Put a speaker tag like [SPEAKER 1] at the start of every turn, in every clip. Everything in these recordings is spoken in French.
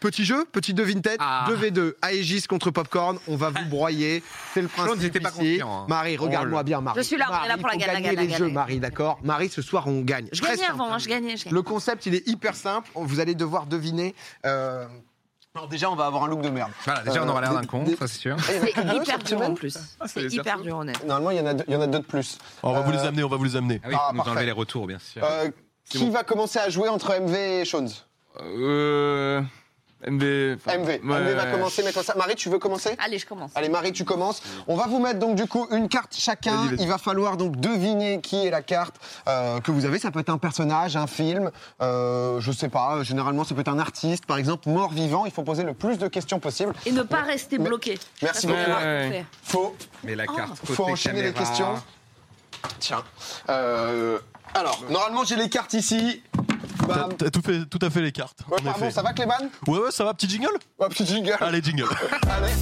[SPEAKER 1] Petit jeu, petit devine tête,
[SPEAKER 2] Ah.
[SPEAKER 1] 2v2, Aegis contre Popcorn, on va vous broyer, c'est le
[SPEAKER 2] Claude
[SPEAKER 1] principe
[SPEAKER 2] n'était pas
[SPEAKER 1] ici.
[SPEAKER 2] confiant, hein.
[SPEAKER 1] Marie, regarde-moi bien Marie.
[SPEAKER 3] Je suis là, on est
[SPEAKER 1] Marie,
[SPEAKER 3] là pour la
[SPEAKER 1] faut
[SPEAKER 3] gagne, la
[SPEAKER 1] gagner
[SPEAKER 3] gagne,
[SPEAKER 1] les
[SPEAKER 3] la
[SPEAKER 1] jeux
[SPEAKER 3] gagne.
[SPEAKER 1] Marie, d'accord Marie, ce soir on gagne.
[SPEAKER 3] Je
[SPEAKER 1] Très
[SPEAKER 3] gagnais
[SPEAKER 1] simple.
[SPEAKER 3] avant, hein, je gagnais. Je gagnais.
[SPEAKER 1] Le concept, il est hyper simple, vous allez devoir deviner... euh, Alors déjà, on va avoir un look de merde.
[SPEAKER 2] Voilà, déjà, on aura l'air d'un con, ça c'est sûr.
[SPEAKER 1] Et il y en a que deux
[SPEAKER 3] C'est hyper
[SPEAKER 1] cette
[SPEAKER 3] dur en
[SPEAKER 1] semaine.
[SPEAKER 3] plus.
[SPEAKER 2] c'est
[SPEAKER 3] hein. Ah, C'est
[SPEAKER 2] les
[SPEAKER 3] hyper dur, honnête.
[SPEAKER 1] Normalement, il y en a deux- il y en a deux de plus.
[SPEAKER 4] On va vous les
[SPEAKER 1] Euh,
[SPEAKER 4] amener, on va vous les amener.
[SPEAKER 2] Ah oui,
[SPEAKER 1] Ah,
[SPEAKER 2] faut nous
[SPEAKER 1] parfait.
[SPEAKER 2] enlever les retours, bien sûr.
[SPEAKER 1] Euh, qui va commencer à jouer entre MV et Shones
[SPEAKER 5] Euh. MV. enfin,
[SPEAKER 1] MV.
[SPEAKER 5] ouais,
[SPEAKER 1] MV va
[SPEAKER 5] ouais.
[SPEAKER 1] commencer mettre ça. Marie, tu veux commencer
[SPEAKER 3] Allez, je commence.
[SPEAKER 1] Allez Marie, tu commences. On va vous mettre donc du coup une carte chacun.
[SPEAKER 5] Vas-y, vas-y.
[SPEAKER 1] Il va falloir donc deviner qui est la carte euh, que vous avez. Ça peut être un personnage, un film, euh, je sais pas. euh, Généralement, ça peut être un artiste, par exemple, mort-vivant. Il faut poser le plus de questions possible.
[SPEAKER 3] Et ne pas rester bloqué.
[SPEAKER 1] Merci
[SPEAKER 3] Parce que on
[SPEAKER 5] beaucoup.
[SPEAKER 3] va
[SPEAKER 5] Ouais,
[SPEAKER 3] tout
[SPEAKER 5] ouais.
[SPEAKER 3] faire.
[SPEAKER 1] Faut,
[SPEAKER 2] Mais la carte,
[SPEAKER 1] faut enchaîner les questions. Tiens. Euh, alors, normalement, j'ai les cartes ici.
[SPEAKER 4] T'as
[SPEAKER 1] Bam.
[SPEAKER 4] t'as tout, fait, tout à fait les cartes.
[SPEAKER 1] euh, Ouais,
[SPEAKER 4] en
[SPEAKER 1] pardon,
[SPEAKER 4] effet.
[SPEAKER 1] ça va Cléban
[SPEAKER 4] ouais, ouais, ça va, petit jingle
[SPEAKER 1] Ouais, petit jingle.
[SPEAKER 4] Allez, jingle.
[SPEAKER 1] Allez.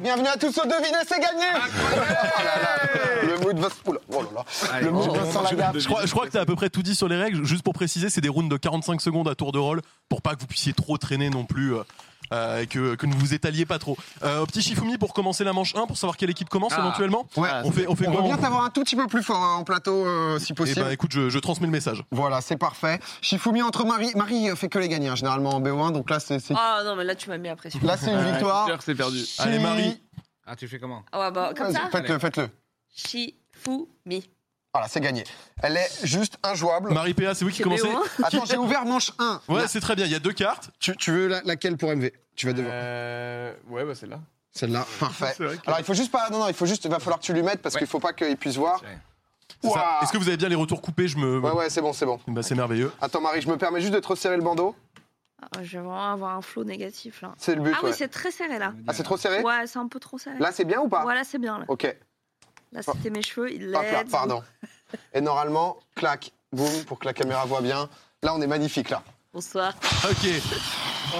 [SPEAKER 1] Bienvenue à tous au Devinez, c'est gagné Oh là là. Le mood Vincent... Oula, oh là là.
[SPEAKER 2] Allez,
[SPEAKER 1] le mood
[SPEAKER 2] on-
[SPEAKER 1] Vincent
[SPEAKER 2] on-
[SPEAKER 1] Lagaffe.
[SPEAKER 4] Je crois, je crois que t'as à peu près tout dit sur les règles. Juste pour préciser, c'est des rounds de 45 secondes à tour de rôle pour pas que vous puissiez trop traîner non plus euh, euh, et que, que ne vous étaliez pas trop. Euh, petit Shifumi pour commencer la manche 1 pour savoir quelle équipe commence
[SPEAKER 2] Ah.
[SPEAKER 4] éventuellement.
[SPEAKER 1] Ouais.
[SPEAKER 4] on fait, on fait
[SPEAKER 1] On
[SPEAKER 4] quoi
[SPEAKER 1] va bien t'avoir un tout petit peu plus fort hein, en plateau, euh, si
[SPEAKER 4] Eh
[SPEAKER 1] possible.
[SPEAKER 4] ben écoute, je, je transmets le message.
[SPEAKER 1] Voilà, c'est parfait. Shifumi entre Marie. Marie euh, fait que les gagnants, généralement, en BO1. Donc là, c'est... c'est-
[SPEAKER 3] Ah non, mais là, tu m'as mis la pression.
[SPEAKER 1] Là, c'est une
[SPEAKER 5] Ouais,
[SPEAKER 1] victoire.
[SPEAKER 5] Peter, C'est perdu.
[SPEAKER 4] Allez, Marie.
[SPEAKER 2] Ah, tu fais comment
[SPEAKER 3] Ah ouais, bah, comme
[SPEAKER 1] Vas-y,
[SPEAKER 3] ça
[SPEAKER 1] Faites-le, faites-le.
[SPEAKER 3] Shifumi.
[SPEAKER 1] Voilà, c'est gagné. Elle est juste injouable.
[SPEAKER 4] Marie PA, c'est vous qui
[SPEAKER 3] C'est
[SPEAKER 4] commencez
[SPEAKER 3] BO1.
[SPEAKER 1] Attends, j'ai ouvert manche 1.
[SPEAKER 4] Ouais, c'est très bien. Il y a deux cartes.
[SPEAKER 1] Tu, tu veux la- laquelle pour MV Tu vas devoir.
[SPEAKER 5] Euh. Ouais, bah celle-là.
[SPEAKER 1] Celle-là, parfait. Alors il faut juste pas. Non, non, il faut juste. Il va falloir que tu lui mettes parce
[SPEAKER 2] Ouais.
[SPEAKER 1] qu'il faut pas qu'il puisse voir.
[SPEAKER 2] Ouais.
[SPEAKER 4] C'est ça.
[SPEAKER 1] Ouah.
[SPEAKER 4] Est-ce que vous avez bien les retours coupés Je me.
[SPEAKER 1] Ouais, ouais, c'est bon, c'est bon.
[SPEAKER 4] Bah, c'est merveilleux.
[SPEAKER 1] Attends, Marie, je me permets juste de te resserrer le bandeau.
[SPEAKER 3] Ah, je vais vraiment avoir un flow négatif là.
[SPEAKER 1] C'est le but,
[SPEAKER 3] Ah
[SPEAKER 1] ouais.
[SPEAKER 3] oui, c'est très serré là.
[SPEAKER 1] Ah, c'est trop serré
[SPEAKER 3] Ouais, c'est un peu trop serré.
[SPEAKER 1] Là, c'est bien ou pas
[SPEAKER 3] Ouais, là, c'est bien là.
[SPEAKER 1] Ok,
[SPEAKER 3] Là, c'était mes cheveux, il
[SPEAKER 1] hop là,
[SPEAKER 3] l'aide.
[SPEAKER 1] pardon. Et normalement, clac, boum, pour que la caméra voit bien. Là, on est magnifique, là.
[SPEAKER 3] Bonsoir.
[SPEAKER 4] Ok.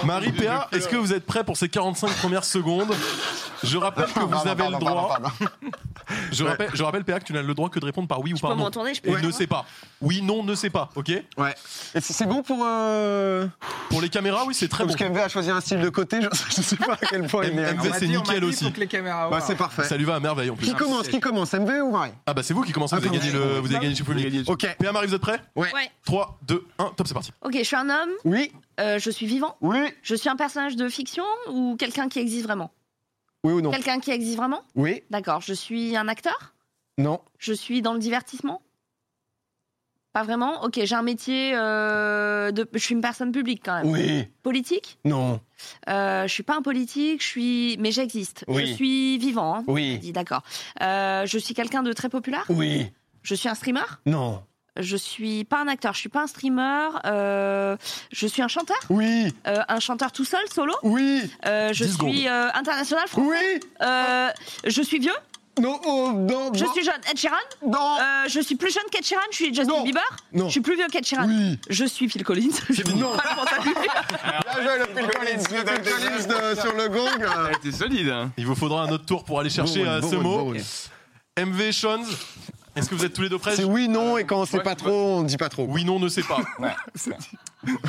[SPEAKER 4] Marie PA, est-ce que vous êtes prêt pour ces 45 premières secondes Je rappelle que vous
[SPEAKER 1] Pardon,
[SPEAKER 4] avez le
[SPEAKER 1] pardon,
[SPEAKER 4] droit.
[SPEAKER 1] pardon, pardon.
[SPEAKER 4] Je rappelle, je rappelle PA que tu n'as le droit que de répondre par oui ou
[SPEAKER 3] Je
[SPEAKER 4] par
[SPEAKER 3] peux
[SPEAKER 4] non.
[SPEAKER 3] m'entendre, je peux
[SPEAKER 4] Et
[SPEAKER 3] pas.
[SPEAKER 4] ne sais pas. Oui, non, ne sais pas. Ok.
[SPEAKER 1] Et C'est c'est bon pour. euh,
[SPEAKER 4] Pour les caméras, oui, c'est très bon.
[SPEAKER 1] Parce qu'MV a choisi un style de côté, je, je sais pas à quel point il est.
[SPEAKER 4] MV,
[SPEAKER 2] On m'a
[SPEAKER 4] c'est
[SPEAKER 2] dit, on
[SPEAKER 4] nickel
[SPEAKER 2] m'a dit,
[SPEAKER 4] aussi.
[SPEAKER 2] faut que les caméras
[SPEAKER 1] Bah,
[SPEAKER 2] voient.
[SPEAKER 1] c'est parfait.
[SPEAKER 4] Ça lui va à merveille en plus.
[SPEAKER 1] Qui commence Qui commence MV ou Marie
[SPEAKER 4] Ah bah c'est vous qui commencez. Vous avez
[SPEAKER 1] Attends,
[SPEAKER 4] gagné
[SPEAKER 1] je-
[SPEAKER 4] le, vous avez gagné
[SPEAKER 5] Vous
[SPEAKER 4] Chipouli.
[SPEAKER 5] avez gagné.
[SPEAKER 1] Ok.
[SPEAKER 4] PA Marie, vous êtes prêts
[SPEAKER 3] Ouais.
[SPEAKER 4] 3, 2, 1, top, c'est parti.
[SPEAKER 3] Ok, je suis un homme,
[SPEAKER 1] Oui,
[SPEAKER 3] euh, je suis vivant.
[SPEAKER 1] oui,
[SPEAKER 3] Je suis un personnage de fiction ou quelqu'un qui existe vraiment
[SPEAKER 1] oui ou non
[SPEAKER 3] Quelqu'un qui existe vraiment
[SPEAKER 1] Oui,
[SPEAKER 3] D'accord. Je suis un acteur
[SPEAKER 1] non,
[SPEAKER 3] Je suis dans le divertissement Pas vraiment Ok, j'ai un métier. euh, de... Je suis une personne publique quand même.
[SPEAKER 1] oui,
[SPEAKER 3] Politique
[SPEAKER 1] non,
[SPEAKER 3] euh, Je suis pas un politique, je suis. Mais j'existe.
[SPEAKER 1] Oui.
[SPEAKER 3] Je suis vivant. hein.
[SPEAKER 1] oui,
[SPEAKER 3] Dis, D'accord. Euh, je suis quelqu'un de très populaire
[SPEAKER 1] oui,
[SPEAKER 3] Je suis un streamer
[SPEAKER 1] non,
[SPEAKER 3] Je suis pas un acteur, je suis pas un streamer. euh, je suis un chanteur
[SPEAKER 1] oui,
[SPEAKER 3] Euh, Un chanteur tout seul, solo
[SPEAKER 1] oui,
[SPEAKER 3] Euh, Je
[SPEAKER 4] 10
[SPEAKER 3] suis euh, international français
[SPEAKER 1] oui,
[SPEAKER 3] Euh, Je suis vieux
[SPEAKER 1] non, oh, non,
[SPEAKER 3] Je
[SPEAKER 1] non,
[SPEAKER 3] suis jeune. Ed Sheeran
[SPEAKER 1] non,
[SPEAKER 3] Euh, Je suis plus jeune qu'Ed Sheeran, je suis Justin
[SPEAKER 1] Non.
[SPEAKER 3] Bieber
[SPEAKER 1] non,
[SPEAKER 3] Je suis plus vieux qu'Ed Sheeran
[SPEAKER 1] oui.
[SPEAKER 3] Je suis Phil Collins. Je
[SPEAKER 1] fini.
[SPEAKER 3] vous parle pour ça.
[SPEAKER 1] Bien joué, le Phil Collins, le Phil Collins de- sur le gong. euh.
[SPEAKER 5] Ah, T'es solide. hein.
[SPEAKER 4] Il vous faudra un autre tour pour aller chercher
[SPEAKER 1] Bon,
[SPEAKER 4] euh,
[SPEAKER 1] bon,
[SPEAKER 4] ce
[SPEAKER 1] bon,
[SPEAKER 4] mot.
[SPEAKER 1] bon.
[SPEAKER 4] MV Shones, est-ce que vous êtes tous les deux prêts
[SPEAKER 1] C'est oui, non, et quand on sait
[SPEAKER 5] Ouais,
[SPEAKER 1] pas trop, on dit pas trop.
[SPEAKER 4] Oui, non, ne sais pas.
[SPEAKER 5] Genre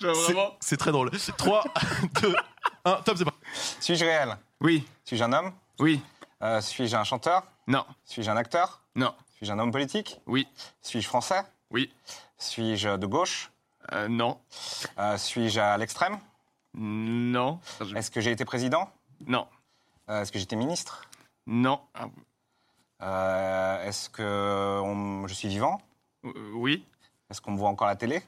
[SPEAKER 4] C'est-
[SPEAKER 5] vraiment.
[SPEAKER 4] C'est très drôle. 3, 2, 1, top, c'est parti.
[SPEAKER 6] Suis-je réel
[SPEAKER 5] Oui.
[SPEAKER 6] Suis-je un homme
[SPEAKER 5] Oui.
[SPEAKER 6] Euh, Suis-je un chanteur
[SPEAKER 5] Non.
[SPEAKER 6] Suis-je un acteur
[SPEAKER 5] Non.
[SPEAKER 6] Suis-je un homme politique
[SPEAKER 5] Oui.
[SPEAKER 6] Suis-je français
[SPEAKER 5] Oui.
[SPEAKER 6] Suis-je de gauche
[SPEAKER 5] Euh, non.
[SPEAKER 6] Euh, Suis-je à l'extrême
[SPEAKER 5] Non.
[SPEAKER 6] Est-ce que j'ai été président
[SPEAKER 5] Non.
[SPEAKER 6] Euh, Est-ce que j'étais ministre
[SPEAKER 5] Non. Ah,
[SPEAKER 6] Euh, Est-ce que on- je suis vivant
[SPEAKER 5] euh, Oui.
[SPEAKER 6] Est-ce qu'on me voit encore à la télé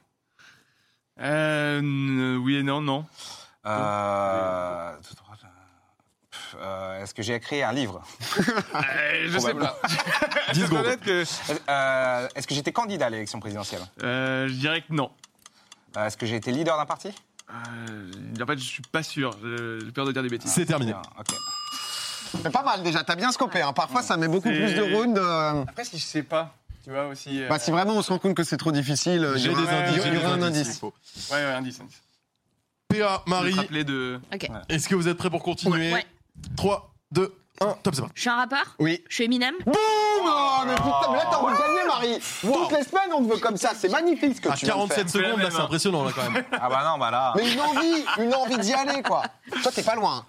[SPEAKER 5] Euh, n- oui et non, non.
[SPEAKER 6] Euh, tout droit, euh, pff, euh, Est-ce que j'ai écrit un livre
[SPEAKER 5] Euh, je sais
[SPEAKER 6] Probablement.
[SPEAKER 5] pas. Je
[SPEAKER 4] 10
[SPEAKER 5] dois
[SPEAKER 4] bah, secondes.
[SPEAKER 5] admettre que.
[SPEAKER 6] Euh, Est-ce que j'étais candidat à l'élection présidentielle
[SPEAKER 5] Euh, je dirais que non.
[SPEAKER 6] Euh, Est-ce que j'ai été leader d'un parti
[SPEAKER 5] Euh, en fait, je suis pas sûr. Je- J'ai peur de dire des bêtises.
[SPEAKER 4] C'est terminé.
[SPEAKER 6] Ah, ok.
[SPEAKER 1] Mais pas mal déjà, t'as bien scopé. hein. Parfois, ça met beaucoup
[SPEAKER 5] C'est-
[SPEAKER 1] plus de rounds. euh,
[SPEAKER 5] Après, si je sais pas, tu vois aussi. euh,
[SPEAKER 1] Bah, si vraiment on se rend compte que c'est trop difficile, euh, il y
[SPEAKER 4] J'ai
[SPEAKER 1] aura-
[SPEAKER 4] des indices.
[SPEAKER 1] il y
[SPEAKER 4] j'ai des
[SPEAKER 1] aura un
[SPEAKER 4] indices,
[SPEAKER 1] indice.
[SPEAKER 4] il faut.
[SPEAKER 5] Ouais, ouais, indice. indice.
[SPEAKER 4] PA,
[SPEAKER 5] Je
[SPEAKER 4] Marie,
[SPEAKER 5] vais te rappeler de.
[SPEAKER 4] est-ce que vous êtes prêts pour continuer
[SPEAKER 3] Ouais.
[SPEAKER 4] 3, 2, 1, top, c'est parti.
[SPEAKER 3] Je suis un rappeur
[SPEAKER 1] Oui.
[SPEAKER 3] Je suis Eminem
[SPEAKER 1] Boum Oh, mais putain, Paris. Toutes les semaines, on te veut comme ça. C'est magnifique ce que
[SPEAKER 4] À
[SPEAKER 1] tu viens de faire.
[SPEAKER 4] 47
[SPEAKER 5] Fais la
[SPEAKER 4] secondes, là,
[SPEAKER 5] même,
[SPEAKER 4] c'est
[SPEAKER 5] hein.
[SPEAKER 4] impressionnant, là, quand même.
[SPEAKER 6] Ah bah non, bah là.
[SPEAKER 1] Mais une envie, une envie d'y aller, quoi. Toi, t'es pas loin.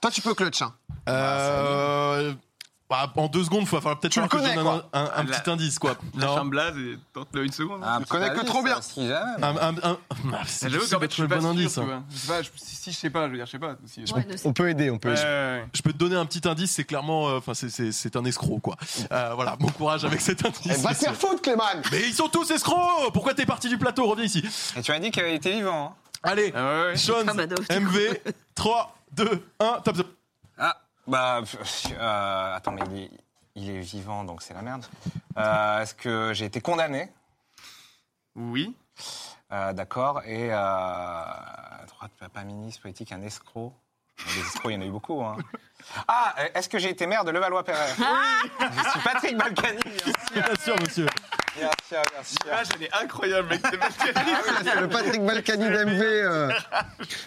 [SPEAKER 1] Toi, tu peux clutch. hein.
[SPEAKER 4] Euh, bah, en deux secondes, il va falloir peut-être
[SPEAKER 1] Tu le
[SPEAKER 4] falloir que
[SPEAKER 1] connais,
[SPEAKER 4] je donne un, un- un
[SPEAKER 5] La-
[SPEAKER 4] petit indice, quoi.
[SPEAKER 5] La
[SPEAKER 4] Non.
[SPEAKER 5] chambre blase et tente-le une seconde.
[SPEAKER 6] Ah, petit
[SPEAKER 1] connais que
[SPEAKER 6] indice,
[SPEAKER 1] trop bien.
[SPEAKER 6] ça, Si jamais.
[SPEAKER 4] Un- un- un- Ah, c'est difficile de
[SPEAKER 5] J'avoue qu'en fait, je suis
[SPEAKER 4] trouver
[SPEAKER 5] pas
[SPEAKER 4] le bon
[SPEAKER 5] sûr,
[SPEAKER 4] indice.
[SPEAKER 5] tu
[SPEAKER 4] hein.
[SPEAKER 5] vois. Je sais pas, je- si, si, je sais pas, je veux dire, je sais pas. Si,
[SPEAKER 3] Ouais, ne sais-
[SPEAKER 1] On peut aider, on peut
[SPEAKER 5] Ouais,
[SPEAKER 1] aider.
[SPEAKER 5] ouais, ouais.
[SPEAKER 4] Je peux te donner un petit indice, c'est clairement, euh, enfin, c'est- c'est c'est un escroc, quoi. Euh, voilà, bon courage avec cet
[SPEAKER 1] Eh,
[SPEAKER 4] indice.
[SPEAKER 1] va te
[SPEAKER 4] monsieur.
[SPEAKER 1] faire foutre, Clément
[SPEAKER 4] Mais ils sont tous escrocs Pourquoi t'es parti du plateau Reviens ici.
[SPEAKER 6] Et tu m'as dit qu'il était vivant. hein.
[SPEAKER 4] Allez,
[SPEAKER 5] Ah ouais, ouais.
[SPEAKER 4] Sean,
[SPEAKER 3] Ah bah, donc, du
[SPEAKER 4] MV, 3, 2, 1, top, top.
[SPEAKER 6] Ah, bah. pff, euh, attends, mais il est, il est vivant, donc c'est la merde. Euh, Est-ce que j'ai été condamné
[SPEAKER 5] Oui.
[SPEAKER 6] Euh, D'accord. Et. Euh, droite, pas ministre, politique, un escroc. Des escrocs, il y en a eu beaucoup. Hein. Ah, est-ce que j'ai été maire de Levallois-Perret Je suis Patrick Balkany. hein.
[SPEAKER 4] Bien sûr, monsieur.
[SPEAKER 5] Euh,
[SPEAKER 6] Bien sûr, bien sûr.
[SPEAKER 5] Ah, j'allais incroyable, mec. t'es malade.
[SPEAKER 1] C'est le Patrick Balkany d'MV. euh.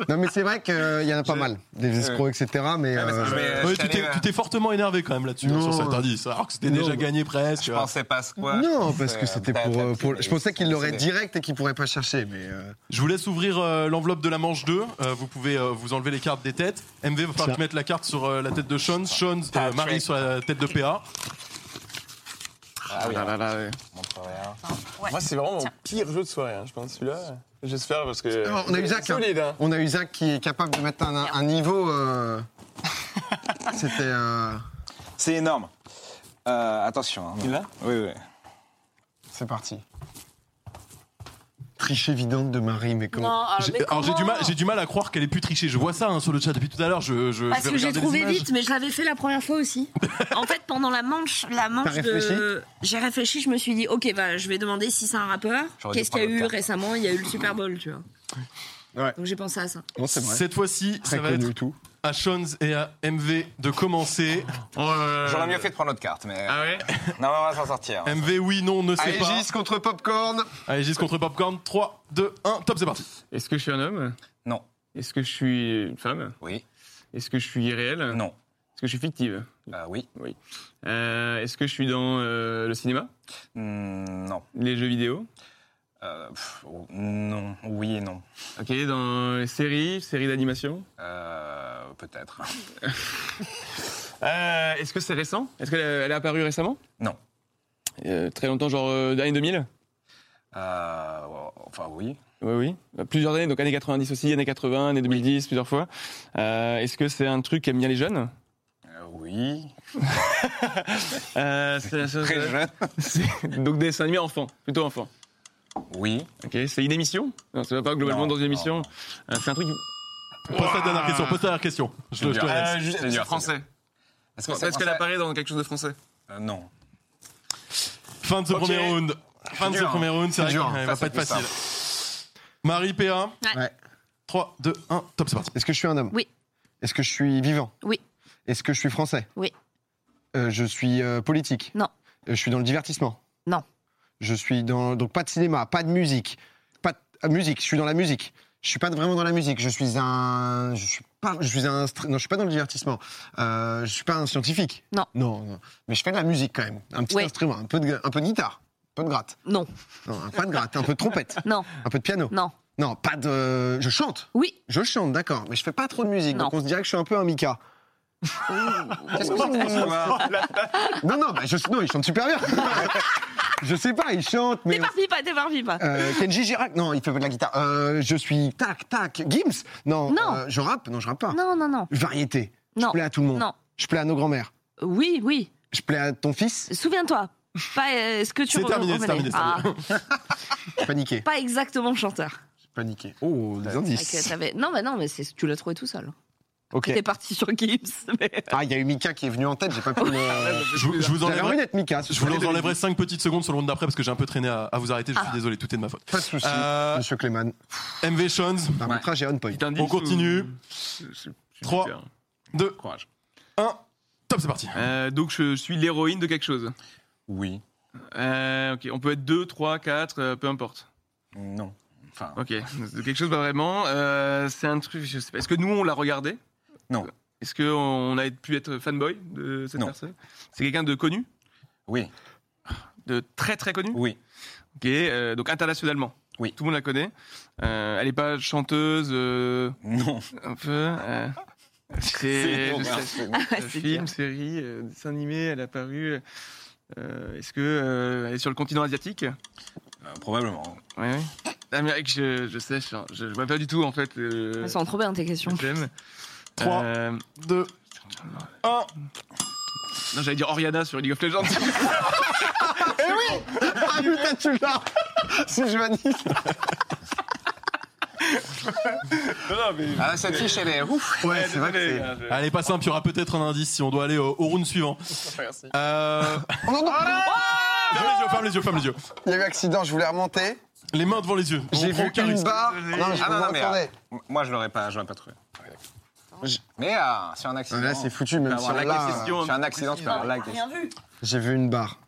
[SPEAKER 1] Non, mais c'est vrai qu'il y en a pas mal, des escrocs, etc. Mais
[SPEAKER 6] Ah, mais
[SPEAKER 1] euh,
[SPEAKER 6] c'est- mais, euh,
[SPEAKER 4] Ouais,
[SPEAKER 6] je
[SPEAKER 4] tu t'es-
[SPEAKER 6] t'allais-
[SPEAKER 4] tu t'es fortement énervé quand même là-dessus, hein,
[SPEAKER 1] Non.
[SPEAKER 4] sur cet indice. Alors que c'était
[SPEAKER 1] Non, bah,
[SPEAKER 4] déjà
[SPEAKER 1] mais-
[SPEAKER 4] gagné presque.
[SPEAKER 6] Je pensais pas à ce quoi.
[SPEAKER 1] non,
[SPEAKER 6] Je
[SPEAKER 1] parce
[SPEAKER 6] pensais,
[SPEAKER 1] que
[SPEAKER 6] euh,
[SPEAKER 1] c'était
[SPEAKER 6] peut-être,
[SPEAKER 1] pour, euh,
[SPEAKER 6] peut-être
[SPEAKER 1] pour-
[SPEAKER 6] qu'il
[SPEAKER 1] Je pensais
[SPEAKER 6] est-
[SPEAKER 1] qu'il l'aurait
[SPEAKER 6] c'est-
[SPEAKER 1] direct et qu'il pourrait pas chercher, mais. euh,
[SPEAKER 4] Je vous laisse ouvrir euh, l'enveloppe de la manche 2. Euh, vous pouvez euh, vous enlever les cartes des têtes. MV va falloir que tu mettes la carte sur euh, la tête de Sean, Sean, euh, Marie sur la tête de PA.
[SPEAKER 6] Ah oui,
[SPEAKER 7] Ah là là, ouais.
[SPEAKER 6] on montre rien.
[SPEAKER 7] Moi, c'est vraiment mon pire jeu de soirée, hein, je pense, celui-là. J'espère, parce que.
[SPEAKER 1] Alors, on a eu Zach, hein.
[SPEAKER 7] Solide, hein.
[SPEAKER 1] On a eu Zach qui est capable de mettre un, un niveau. euh, C'était. euh,
[SPEAKER 6] C'est énorme. Euh, attention. hein.
[SPEAKER 7] Tu l'as
[SPEAKER 6] Oui, oui.
[SPEAKER 1] C'est parti. Triche évidente de Marie, mais comment
[SPEAKER 3] Non,
[SPEAKER 4] J'ai-
[SPEAKER 3] Ah, mais
[SPEAKER 4] Alors j'ai du mal,
[SPEAKER 3] comment
[SPEAKER 4] j'ai du mal à croire qu'elle ait pu tricher. Je vois ça hein, sur le chat depuis tout à l'heure. Je, je,
[SPEAKER 3] Parce
[SPEAKER 4] je vais
[SPEAKER 3] que j'ai
[SPEAKER 4] regarder les
[SPEAKER 3] trouvé
[SPEAKER 4] images.
[SPEAKER 3] vite, mais je l'avais fait la première fois aussi. en fait, pendant la manche, la manche de.
[SPEAKER 1] réfléchi
[SPEAKER 3] J'ai réfléchi, je me suis dit, ok, bah, je vais demander si c'est un rappeur.
[SPEAKER 6] J'aurais dû
[SPEAKER 3] Qu'est-ce qu'il y a eu
[SPEAKER 6] prendre le quatre.
[SPEAKER 3] récemment Il y a eu le Super Bowl, tu vois.
[SPEAKER 1] Ouais.
[SPEAKER 3] Donc j'ai pensé à ça.
[SPEAKER 1] Non, c'est
[SPEAKER 4] Cette fois-ci,
[SPEAKER 1] Très
[SPEAKER 4] ça va
[SPEAKER 1] connu
[SPEAKER 4] être
[SPEAKER 1] tout.
[SPEAKER 4] à Sean et à MV de commencer.
[SPEAKER 5] Oh là là
[SPEAKER 6] J'aurais
[SPEAKER 5] là.
[SPEAKER 6] mieux fait de prendre notre carte, mais.
[SPEAKER 5] Ah ouais
[SPEAKER 6] Non, mais on va s'en sortir.
[SPEAKER 4] MV, oui, non, ne sait Euh, pas.
[SPEAKER 1] Aegis contre Popcorn.
[SPEAKER 4] Allez, Gis contre Popcorn. 3, 2, 1, top, c'est parti.
[SPEAKER 5] Est-ce que je suis un homme
[SPEAKER 6] Non.
[SPEAKER 5] Est-ce que je suis une femme
[SPEAKER 6] Oui. Euh,
[SPEAKER 5] Est-ce que je suis irréel
[SPEAKER 6] Non.
[SPEAKER 5] Est-ce que je suis fictive
[SPEAKER 6] Euh, oui.
[SPEAKER 5] Euh, Est-ce que je suis dans euh, le cinéma
[SPEAKER 6] Hmm, non.
[SPEAKER 5] Les jeux vidéo
[SPEAKER 6] Euh, pff, oh, non. Oui et non.
[SPEAKER 5] Ok, dans les séries, séries d'animation
[SPEAKER 6] Euh, Peut-être.
[SPEAKER 5] Euh, Est-ce que c'est récent Est-ce qu'elle est- elle est apparue récemment
[SPEAKER 6] Non.
[SPEAKER 5] Euh, très longtemps, genre euh, années 2000
[SPEAKER 6] Euh, enfin, oui.
[SPEAKER 5] Oui, oui. Bah, plusieurs années, donc années 90 aussi, années 80, années 2010, plusieurs fois. Euh, Est-ce que c'est un truc qu'aiment bien les jeunes
[SPEAKER 6] Euh, oui.
[SPEAKER 5] euh, c'est- c'est-
[SPEAKER 6] Très jeune.
[SPEAKER 5] c'est- Donc des dessins animés enfants, plutôt enfants.
[SPEAKER 6] Oui.
[SPEAKER 5] Ok, c'est une émission Non, c'est pas globalement
[SPEAKER 6] Non,
[SPEAKER 5] dans une émission.
[SPEAKER 6] non.
[SPEAKER 5] Euh, c'est un truc.
[SPEAKER 4] Pose ta dernière question. Pose ta dernière question. Je, te- je te la laisse.
[SPEAKER 6] Euh, juste- c'est français. Est-ce que c'est français
[SPEAKER 5] apparaît dans quelque chose de français
[SPEAKER 6] Euh, Non.
[SPEAKER 4] Fin de ce
[SPEAKER 6] Ok.
[SPEAKER 4] premier round. Fin de ce
[SPEAKER 6] dur, hein.
[SPEAKER 4] premier round, c'est vrai
[SPEAKER 1] dur,
[SPEAKER 4] que,
[SPEAKER 1] hein.
[SPEAKER 4] ouais,
[SPEAKER 6] Ça,
[SPEAKER 4] va pas
[SPEAKER 6] c'est
[SPEAKER 4] être
[SPEAKER 6] plus
[SPEAKER 4] facile. Marie PA.
[SPEAKER 1] Ouais.
[SPEAKER 4] 3, 2, 1, top, c'est parti.
[SPEAKER 1] Est-ce que je suis un homme
[SPEAKER 3] Oui.
[SPEAKER 1] Est-ce que je suis vivant
[SPEAKER 3] Oui.
[SPEAKER 1] Est-ce que je suis français
[SPEAKER 3] Oui.
[SPEAKER 1] Euh, je suis euh, politique
[SPEAKER 3] Non.
[SPEAKER 1] Euh, je suis dans le divertissement
[SPEAKER 3] Non.
[SPEAKER 1] Je suis dans. Donc pas de cinéma, pas de musique. Pas de ah, musique, je suis dans la musique. Je suis pas vraiment dans la musique. Je suis un. Je suis pas. Je suis un. str- Non, je suis pas dans le divertissement. Euh, je suis pas un scientifique.
[SPEAKER 3] Non.
[SPEAKER 1] Non, non. Mais je fais de la musique quand même. Un petit
[SPEAKER 3] Oui.
[SPEAKER 1] instrument, un peu, de, un peu de guitare, un peu de gratte.
[SPEAKER 3] Non,
[SPEAKER 1] Non, un- pas de gratte, un peu de trompette,
[SPEAKER 3] non,
[SPEAKER 1] un peu de piano.
[SPEAKER 3] non.
[SPEAKER 1] Non, pas de. Je chante.
[SPEAKER 3] Oui.
[SPEAKER 1] Je chante, d'accord, mais je fais pas trop de musique,
[SPEAKER 3] Non.
[SPEAKER 1] donc on se dirait que je suis un peu un Mika. Qu'est-ce que c'est que ce soir Non, non, bah, je, non, il chante super bien. je sais pas, il chante, mais.
[SPEAKER 4] euh,
[SPEAKER 3] T'éparpille pas, t'éparpille pas.
[SPEAKER 1] Euh, Kenji Girac, non, il fait pas de la guitare. Euh, je suis tac, tac, Gims, non,
[SPEAKER 3] Non.
[SPEAKER 1] euh, je rappe, non, je rappe pas.
[SPEAKER 4] Ah.
[SPEAKER 3] Non, non, non.
[SPEAKER 1] Variété, je
[SPEAKER 3] Non,
[SPEAKER 1] plais à tout le monde.
[SPEAKER 3] non.
[SPEAKER 1] Je plais à nos grands-mères.
[SPEAKER 3] Oui, oui.
[SPEAKER 1] Je plais à ton fils,
[SPEAKER 3] Souviens-toi. Pas euh, ce que tu
[SPEAKER 4] C'est terminé, c'est
[SPEAKER 3] reconnais.
[SPEAKER 4] terminé, c'est terminé.
[SPEAKER 1] j'ai paniqué.
[SPEAKER 3] pas exactement le chanteur.
[SPEAKER 1] J'ai paniqué. Oh, des
[SPEAKER 3] Avec, euh,
[SPEAKER 1] indices.
[SPEAKER 3] t'avais- Non, mais non, mais c'est- tu l'as trouvé tout seul.
[SPEAKER 1] Ok.
[SPEAKER 3] T'es parti sur Gibbs. mais-
[SPEAKER 1] Ah, il y a eu Mika qui est venu en tête, j'ai pas pu le.
[SPEAKER 4] Je, vous- je vous
[SPEAKER 1] J'avais
[SPEAKER 4] enlèverai.
[SPEAKER 1] envie d'être Mika. ce
[SPEAKER 4] Je
[SPEAKER 1] soir.
[SPEAKER 4] vous enlèverai 5 petites secondes sur le round d'après parce que j'ai un peu traîné à, à vous arrêter. Je suis
[SPEAKER 3] Ah.
[SPEAKER 4] désolé, tout est de ma faute.
[SPEAKER 1] Pas de soucis,
[SPEAKER 4] Euh,
[SPEAKER 1] monsieur Clément.
[SPEAKER 4] MV Shons,
[SPEAKER 1] L'arbitrage est on point.
[SPEAKER 5] D'indice
[SPEAKER 4] On continue.
[SPEAKER 5] ou- Je- je- je-
[SPEAKER 4] Trois.
[SPEAKER 5] je-
[SPEAKER 4] 2,
[SPEAKER 5] hein. Courage.
[SPEAKER 4] 1, top, c'est parti.
[SPEAKER 5] Euh, donc je, je suis l'héroïne de quelque chose.
[SPEAKER 6] Oui.
[SPEAKER 5] Euh, ok, on peut être 2, 3, 4, euh, peu importe.
[SPEAKER 6] Non. Enfin,
[SPEAKER 5] Ok, de quelque chose pas vraiment. Euh, c'est un truc, je sais pas. Est-ce que nous on l'a regardé
[SPEAKER 6] Non.
[SPEAKER 5] Est-ce qu'on a pu être fanboy de cette
[SPEAKER 6] Non.
[SPEAKER 5] personne C'est quelqu'un de connu
[SPEAKER 6] oui.
[SPEAKER 5] de très très connue
[SPEAKER 6] Oui.
[SPEAKER 5] qui est euh, donc internationalement.
[SPEAKER 6] Oui.
[SPEAKER 5] Tout le monde la connaît. Euh, elle n'est pas chanteuse, euh,
[SPEAKER 6] Non.
[SPEAKER 5] un peu. euh, c'est je sais- euh, film, série, euh, dessin animé, elle a apparu. euh, Est-ce que euh, elle est sur le continent asiatique
[SPEAKER 6] Euh, Probablement.
[SPEAKER 5] Oui, oui. L'Amérique, je, je sais, je, je, je vois pas du tout en fait. euh,
[SPEAKER 3] Elles sont trop bien tes questions.
[SPEAKER 5] le thème.
[SPEAKER 4] Trois,
[SPEAKER 5] Euh,
[SPEAKER 4] deux.
[SPEAKER 5] non, j'allais dire Oriana sur League of Legends.
[SPEAKER 1] Ah putain, tu l'as C'est Giovanni.
[SPEAKER 6] Ah, cette fiche, elle est ouf.
[SPEAKER 1] Ouais, c'est vrai que c'est.
[SPEAKER 4] Allez, pas simple, il y aura peut-être un indice si on doit aller au, au round suivant. Euh...
[SPEAKER 1] Oh non, non,
[SPEAKER 4] Ferme les yeux, ferme les yeux, ferme les yeux.
[SPEAKER 1] Il y a eu accident, je voulais remonter.
[SPEAKER 4] Les mains devant les yeux. On
[SPEAKER 1] J'ai
[SPEAKER 4] prend
[SPEAKER 1] vu
[SPEAKER 4] aucun
[SPEAKER 1] une
[SPEAKER 4] risque.
[SPEAKER 1] barre. Non, mais je
[SPEAKER 6] Ah,
[SPEAKER 1] peux
[SPEAKER 6] non,
[SPEAKER 1] pas
[SPEAKER 6] non, mais,
[SPEAKER 1] retourner.
[SPEAKER 6] Moi, je l'aurais pas, je l'aurais pas trouvé. Je- Mais ah, sur un accident.
[SPEAKER 1] Là, c'est foutu, même
[SPEAKER 6] Tu peux
[SPEAKER 1] si
[SPEAKER 6] avoir la
[SPEAKER 1] là.
[SPEAKER 6] question. Sur un accident, tu peux avoir la question.
[SPEAKER 3] vu.
[SPEAKER 1] J'ai vu une barre.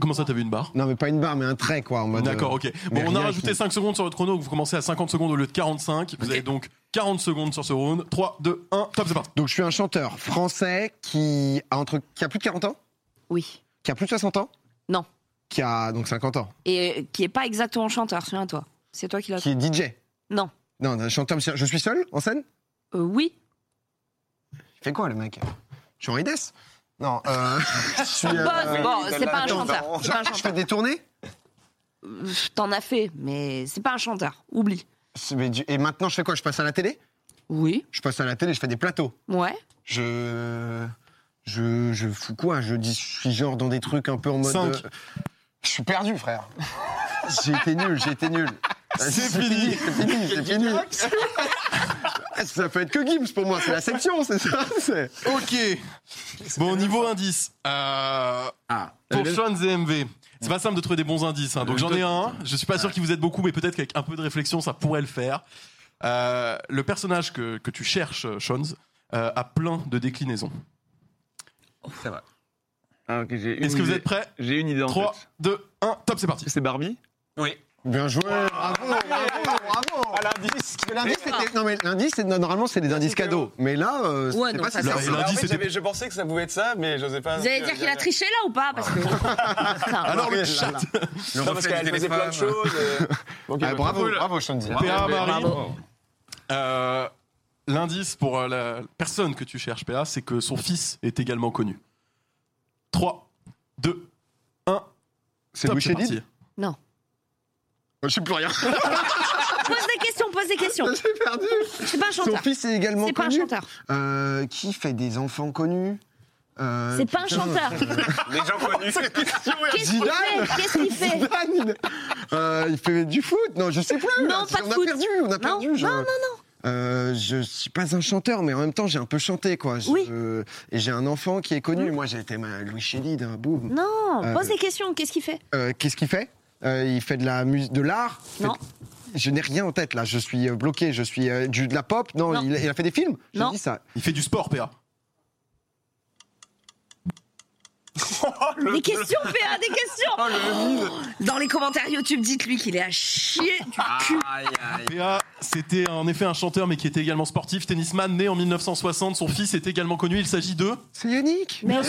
[SPEAKER 4] Comment ça, t'as vu une barre
[SPEAKER 1] Non, mais pas une barre, mais un trait, quoi, en mode.
[SPEAKER 4] D'accord,
[SPEAKER 1] euh,
[SPEAKER 4] ok.
[SPEAKER 1] mais
[SPEAKER 4] Bon, on a
[SPEAKER 1] rien
[SPEAKER 4] rajouté
[SPEAKER 1] qui-
[SPEAKER 4] 5 secondes sur votre chrono, donc vous commencez à 50 secondes au lieu de 45. Vous avez donc 40 secondes sur ce round. 3, 2, 1, top, c'est parti.
[SPEAKER 1] Donc, je suis un chanteur français qui a, entre... qui a plus de 40 ans,
[SPEAKER 3] Oui.
[SPEAKER 1] qui a plus de 60 ans.
[SPEAKER 3] Non.
[SPEAKER 1] Qui a donc 50 ans.
[SPEAKER 3] Et euh, qui est pas exactement chanteur, souviens-toi. C'est toi qui l'as.
[SPEAKER 1] Qui est DJ.
[SPEAKER 3] Euh. Non.
[SPEAKER 1] Non, un chanteur. Je suis seul en scène
[SPEAKER 3] Euh, oui.
[SPEAKER 1] Il fait quoi, le mec Je suis en IDES Non, euh. je suis, euh,
[SPEAKER 3] Boss. Bon,
[SPEAKER 6] oui,
[SPEAKER 3] c'est pas un
[SPEAKER 6] Dalal,
[SPEAKER 3] chanteur.
[SPEAKER 6] Dalal.
[SPEAKER 3] C'est pas un
[SPEAKER 1] Je fais
[SPEAKER 3] chanteur.
[SPEAKER 1] des tournées
[SPEAKER 3] Euh, T'en as fait, mais c'est pas un chanteur. Oublie.
[SPEAKER 1] C'est- mais du- Et maintenant, je fais quoi Je passe à la télé
[SPEAKER 3] Oui.
[SPEAKER 1] Je passe à la télé, je fais des plateaux.
[SPEAKER 3] Ouais.
[SPEAKER 1] Je. Je, je fous quoi Je dis, je suis genre dans des trucs un peu en mode.
[SPEAKER 4] Cinq.
[SPEAKER 1] euh, Je suis perdu, frère. j'ai été nul, j'ai été nul.
[SPEAKER 4] C'est fini.
[SPEAKER 1] c'est fini, c'est fini. Ça peut être que Gibbs pour moi, c'est la section, c'est ça. c'est-
[SPEAKER 4] Ok. Bon, niveau indice. Euh,
[SPEAKER 2] Ah.
[SPEAKER 4] pour Sean ZMV, c'est pas simple de trouver des bons indices. hein. Donc j'en ai un. Je suis pas sûr qu'il vous aide beaucoup, mais peut-être qu'avec un peu de réflexion, ça pourrait le faire. Euh, le personnage que, que tu cherches, Sean, euh, a plein de déclinaisons.
[SPEAKER 6] C'est vrai.
[SPEAKER 4] Est-ce que vous êtes prêts
[SPEAKER 5] J'ai une idée en
[SPEAKER 4] 3,
[SPEAKER 5] tête.
[SPEAKER 4] 2, 1, top, c'est parti.
[SPEAKER 5] C'est Barbie
[SPEAKER 6] Oui.
[SPEAKER 1] Bien joué, bravo, bravo, bravo.
[SPEAKER 6] À
[SPEAKER 1] Parce
[SPEAKER 6] l'indice.
[SPEAKER 1] que L'indice, c'était- non mais l'indice, c'est- normalement, c'est des indices cadeaux. Mais là, euh,
[SPEAKER 3] Ouais,
[SPEAKER 1] c'était
[SPEAKER 3] non,
[SPEAKER 1] pas
[SPEAKER 3] ça,
[SPEAKER 1] si
[SPEAKER 4] c'est-
[SPEAKER 1] simple.
[SPEAKER 4] Là,
[SPEAKER 7] Alors, en
[SPEAKER 4] Lundi,
[SPEAKER 7] fait,
[SPEAKER 4] c'était-
[SPEAKER 7] j'avais- je pensais que ça pouvait être ça, mais j'osais pas.
[SPEAKER 3] Vous allez dire qu'il
[SPEAKER 1] euh,
[SPEAKER 3] a triché là ou pas Parce que.
[SPEAKER 4] Alors
[SPEAKER 1] Là,
[SPEAKER 4] le
[SPEAKER 1] là,
[SPEAKER 4] chat,
[SPEAKER 1] là.
[SPEAKER 2] Le
[SPEAKER 7] Non, parce
[SPEAKER 2] reflet
[SPEAKER 7] qu'elle
[SPEAKER 2] du
[SPEAKER 7] faisait plein de
[SPEAKER 2] téléphone.
[SPEAKER 7] choses. euh,
[SPEAKER 5] Ok,
[SPEAKER 1] Ah,
[SPEAKER 5] bah,
[SPEAKER 1] bravo,
[SPEAKER 5] cool.
[SPEAKER 1] bravo, Shondi.
[SPEAKER 4] PA
[SPEAKER 5] mais-
[SPEAKER 4] Marie.
[SPEAKER 3] bravo.
[SPEAKER 4] Euh, L'indice pour euh, la personne que tu cherches, PA, c'est que son fils est également connu. 3, 2, 1,
[SPEAKER 1] C'est
[SPEAKER 4] top,
[SPEAKER 1] Louis
[SPEAKER 4] c'est
[SPEAKER 1] Chédid
[SPEAKER 4] parti.
[SPEAKER 1] Je sais plus rien.
[SPEAKER 3] Pose des questions, pose des questions.
[SPEAKER 1] J'ai perdu.
[SPEAKER 3] C'est pas un
[SPEAKER 1] Son
[SPEAKER 3] chanteur.
[SPEAKER 1] fils est également
[SPEAKER 3] C'est pas un
[SPEAKER 1] connu.
[SPEAKER 3] chanteur.
[SPEAKER 1] Euh, qui fait des enfants connus Euh,
[SPEAKER 3] C'est pas un
[SPEAKER 1] putain, euh,
[SPEAKER 3] chanteur.
[SPEAKER 6] Les gens connus.
[SPEAKER 3] Qu'est-ce qu'il
[SPEAKER 1] Zidane
[SPEAKER 3] fait Qu'est-ce qu'il fait
[SPEAKER 1] Zidane, il... Euh, il fait du foot Non, je sais plus.
[SPEAKER 3] Non,
[SPEAKER 1] là.
[SPEAKER 3] pas de
[SPEAKER 1] on a
[SPEAKER 3] foot.
[SPEAKER 1] perdu, on a perdu. je...
[SPEAKER 3] non, non,
[SPEAKER 1] Euh, je suis pas un chanteur, mais en même temps, j'ai un peu chanté, quoi. Je-
[SPEAKER 3] Oui.
[SPEAKER 1] Et j'ai un enfant qui est connu. Moi, j'ai été ma Louis Chédid, hein, boum.
[SPEAKER 3] Non,
[SPEAKER 1] Euh,
[SPEAKER 3] pose des questions. Qu'est-ce qu'il fait
[SPEAKER 1] Euh, Qu'est-ce qu'il fait Euh, Il fait de la musique, de l'art
[SPEAKER 3] Non.
[SPEAKER 1] Je n'ai rien en tête là, je suis euh, bloqué, je suis euh, du, de la pop. Non,
[SPEAKER 3] Non.
[SPEAKER 1] Il, il a fait des films J'ai
[SPEAKER 3] Non.
[SPEAKER 1] dit ça.
[SPEAKER 4] Il fait du sport, PA.
[SPEAKER 3] Des questions, PA, des questions
[SPEAKER 6] Oh,
[SPEAKER 3] Oh, Dans les commentaires YouTube, dites-lui qu'il est à chier du cul.
[SPEAKER 6] Aïe, aïe.
[SPEAKER 4] PA, c'était en effet un chanteur, mais qui était également sportif, tennisman, né en 1960. Son fils est également connu. Il s'agit de.
[SPEAKER 1] C'est Yannick
[SPEAKER 3] Bien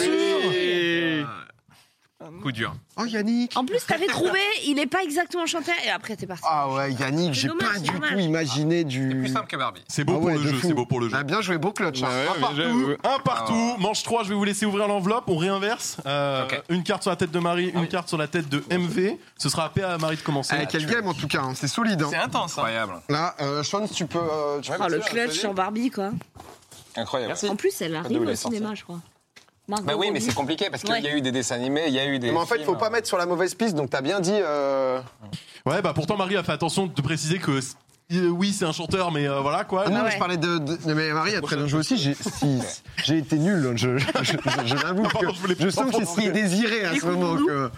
[SPEAKER 2] Coup dur.
[SPEAKER 1] Oh Yannick
[SPEAKER 3] En plus, t'avais trouvé, il est pas exactement chanteur, et après, t'es parti.
[SPEAKER 1] Ah ouais, Yannick,
[SPEAKER 3] C'est
[SPEAKER 1] j'ai
[SPEAKER 3] dommage,
[SPEAKER 1] pas
[SPEAKER 3] c'est
[SPEAKER 1] du
[SPEAKER 3] dommage.
[SPEAKER 1] tout imaginé du.
[SPEAKER 6] C'est plus simple que Barbie.
[SPEAKER 4] C'est beau
[SPEAKER 1] Ah
[SPEAKER 4] pour
[SPEAKER 1] ouais,
[SPEAKER 4] le
[SPEAKER 1] de
[SPEAKER 4] jeu,
[SPEAKER 1] fou.
[SPEAKER 4] c'est beau pour le jeu.
[SPEAKER 1] Ah, bien joué, beau clutch.
[SPEAKER 5] Ouais,
[SPEAKER 1] hein.
[SPEAKER 5] ouais,
[SPEAKER 1] Un
[SPEAKER 5] mais
[SPEAKER 1] partout.
[SPEAKER 5] j'avoue.
[SPEAKER 4] Un partout, manche 3, je vais vous laisser ouvrir l'enveloppe, on réinverse. Euh,
[SPEAKER 6] Ok.
[SPEAKER 4] Une carte sur la tête de Marie, une carte sur la tête de MV. Ce sera à PA à Marie de commencer.
[SPEAKER 1] Eh, quel game en tout cas, hein, c'est solide. hein.
[SPEAKER 5] C'est intense. hein.
[SPEAKER 6] Incroyable.
[SPEAKER 1] Là, euh, Sean, tu peux. euh, tu-
[SPEAKER 3] Oh, le clutch sur Barbie, quoi.
[SPEAKER 6] Incroyable.
[SPEAKER 3] En plus, elle
[SPEAKER 6] Ah,
[SPEAKER 7] D'où
[SPEAKER 3] arrive
[SPEAKER 7] elle
[SPEAKER 3] au
[SPEAKER 7] est sortie.
[SPEAKER 3] cinéma, je crois. Margot
[SPEAKER 6] Bah oui, mais
[SPEAKER 3] Robbie.
[SPEAKER 6] c'est compliqué parce qu'il y a
[SPEAKER 3] Ouais.
[SPEAKER 6] eu des dessins animés, il y a eu des.
[SPEAKER 1] Mais en fait,
[SPEAKER 6] films.
[SPEAKER 1] faut pas mettre sur la mauvaise piste, donc t'as bien dit. euh,
[SPEAKER 4] Ouais, bah pourtant Marie a fait attention de préciser que euh, oui, c'est un chanteur, mais euh, voilà quoi.
[SPEAKER 1] Ah non,
[SPEAKER 3] Ah
[SPEAKER 1] mais
[SPEAKER 3] ouais.
[SPEAKER 1] je parlais de. de- non, mais Marie a très bien joué aussi. J'ai si- j'ai été nul, hein, je, je, je, je l'avoue. que
[SPEAKER 4] pardon, je voulais
[SPEAKER 1] Je
[SPEAKER 4] pas
[SPEAKER 1] sens que c'est ce qui est désiré à ce moment. que-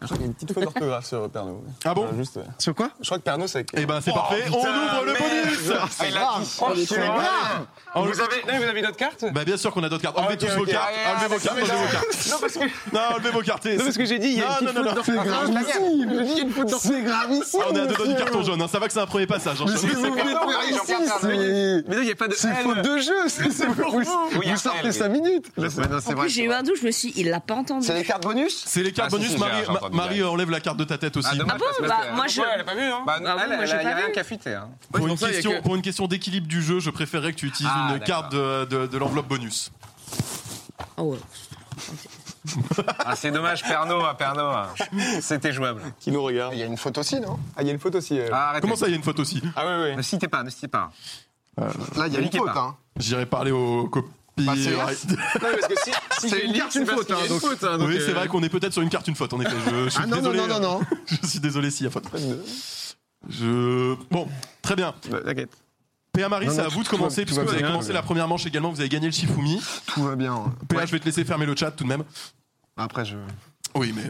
[SPEAKER 7] Je crois qu'il y a une petite faute d'orthographe sur Pernaud.
[SPEAKER 4] Ah bon
[SPEAKER 7] Euh, juste, ouais.
[SPEAKER 1] Sur quoi
[SPEAKER 7] Je crois que Pernaud, c'est.
[SPEAKER 4] Et ben c'est parfait, on ouvre le bonus
[SPEAKER 6] Ah, il a dit franchement.
[SPEAKER 2] Ah,
[SPEAKER 4] On le-
[SPEAKER 6] Vous avez, non, vous avez d'autres cartes
[SPEAKER 4] Bah bien sûr qu'on a d'autres cartes. Enlevez
[SPEAKER 7] ok,
[SPEAKER 4] tous vos
[SPEAKER 7] ok.
[SPEAKER 4] cartes,
[SPEAKER 6] Ah,
[SPEAKER 4] enlevez vos
[SPEAKER 6] ah,
[SPEAKER 4] cartes,
[SPEAKER 6] non, mais
[SPEAKER 4] enlevez vos cartes.
[SPEAKER 6] Non, parce que.
[SPEAKER 4] Non, enlevez vos cartes. et-
[SPEAKER 6] Non, parce que j'ai dit, il y a une
[SPEAKER 4] Non,
[SPEAKER 6] petite
[SPEAKER 4] non, non, non.
[SPEAKER 3] Ah,
[SPEAKER 1] C'est gravissime Il y a une faute C'est gravissime
[SPEAKER 4] Ah, on est à deux doigts du
[SPEAKER 1] monsieur.
[SPEAKER 4] carton jaune, hein. ça va que c'est un premier passage. hein.
[SPEAKER 1] Mais c'est
[SPEAKER 4] Je-
[SPEAKER 1] vous voulez
[SPEAKER 6] pas
[SPEAKER 1] faire
[SPEAKER 6] vrai,
[SPEAKER 1] ici,
[SPEAKER 6] Jean-Pierre
[SPEAKER 1] c'est-
[SPEAKER 6] Pernaut. Mais non, il n'y a pas de.
[SPEAKER 1] C'est
[SPEAKER 6] L.
[SPEAKER 1] faute de jeu, c'est c'est vous. Vous,
[SPEAKER 6] Oui,
[SPEAKER 1] vous
[SPEAKER 6] un L,
[SPEAKER 1] sortez
[SPEAKER 6] oui.
[SPEAKER 1] 5 minutes.
[SPEAKER 3] En plus, j'ai eu un doute, je me suis dit, il l'a pas entendu.
[SPEAKER 1] C'est les cartes bonus
[SPEAKER 4] C'est les cartes
[SPEAKER 6] Ah, si,
[SPEAKER 4] bonus,
[SPEAKER 6] si, j'ai
[SPEAKER 4] Marie Marie,
[SPEAKER 6] j'ai
[SPEAKER 4] Ma-
[SPEAKER 6] entendu
[SPEAKER 4] Marie euh,
[SPEAKER 6] dire.
[SPEAKER 4] enlève la carte de ta tête aussi.
[SPEAKER 6] Ah, dommage,
[SPEAKER 3] Ah bon,
[SPEAKER 6] parce que-
[SPEAKER 3] bah, moi, je-
[SPEAKER 6] Ouais, elle a pas vu, hein
[SPEAKER 5] Bah,
[SPEAKER 6] Bah,
[SPEAKER 3] Ah bon,
[SPEAKER 6] elle,
[SPEAKER 3] moi,
[SPEAKER 6] elle,
[SPEAKER 3] j'ai
[SPEAKER 6] il y a
[SPEAKER 3] pas
[SPEAKER 6] rien
[SPEAKER 3] vu.
[SPEAKER 6] qui a fuité, hein.
[SPEAKER 4] pour,
[SPEAKER 5] Ouais, c'est
[SPEAKER 4] une
[SPEAKER 5] pour ça, il y a
[SPEAKER 4] question,
[SPEAKER 5] que-
[SPEAKER 4] pour une question d'équilibre du jeu, je préférerais que tu utilises
[SPEAKER 6] Ah,
[SPEAKER 4] une carte de, de- de l'enveloppe bonus.
[SPEAKER 3] Ah ouais.
[SPEAKER 6] Ah, c'est dommage, Pernod, hein, Pernod. hein. C'était jouable.
[SPEAKER 7] Qui nous regarde
[SPEAKER 1] Il y a une faute aussi, non
[SPEAKER 7] Ah, il y a une faute aussi. euh.
[SPEAKER 6] Ah, arrêtez.
[SPEAKER 4] Comment ça, il y a une faute aussi
[SPEAKER 7] Ah, oui,
[SPEAKER 6] Ne citez pas, ne citez pas.
[SPEAKER 1] Là, il y a
[SPEAKER 6] Ne
[SPEAKER 1] une
[SPEAKER 6] niquez
[SPEAKER 1] faute.
[SPEAKER 6] pas.
[SPEAKER 1] Hein.
[SPEAKER 4] J'irai parler au copyright.
[SPEAKER 7] oui. Non, parce que si, si
[SPEAKER 1] C'est
[SPEAKER 7] j'ai
[SPEAKER 1] une
[SPEAKER 7] dit,
[SPEAKER 1] carte, une
[SPEAKER 7] parce
[SPEAKER 1] faute,
[SPEAKER 7] qu'il y a
[SPEAKER 1] hein,
[SPEAKER 7] une
[SPEAKER 1] donc.
[SPEAKER 7] faute, hein, donc,
[SPEAKER 4] oui, c'est
[SPEAKER 7] euh,
[SPEAKER 4] vrai qu'on est peut-être sur une carte, une faute, en effet. Je, je suis
[SPEAKER 1] Ah non, non,
[SPEAKER 4] désolé,
[SPEAKER 1] non, non, non.
[SPEAKER 4] Je suis désolé s'il y a faute. Je... Bon, très bien.
[SPEAKER 5] Bah, T'inquiète.
[SPEAKER 4] PA Marie,
[SPEAKER 1] Non,
[SPEAKER 4] c'est
[SPEAKER 1] non,
[SPEAKER 4] à vous de
[SPEAKER 1] tout va-
[SPEAKER 4] commencer,
[SPEAKER 1] tout
[SPEAKER 4] puisque
[SPEAKER 1] va
[SPEAKER 4] vous avez
[SPEAKER 1] bien,
[SPEAKER 4] commencé
[SPEAKER 1] ouais.
[SPEAKER 4] la première manche également, vous avez gagné le Shifumi.
[SPEAKER 1] Tout va bien. hein.
[SPEAKER 4] PA, je vais te laisser fermer le chat tout de même.
[SPEAKER 1] Après, je.
[SPEAKER 4] Oui, mais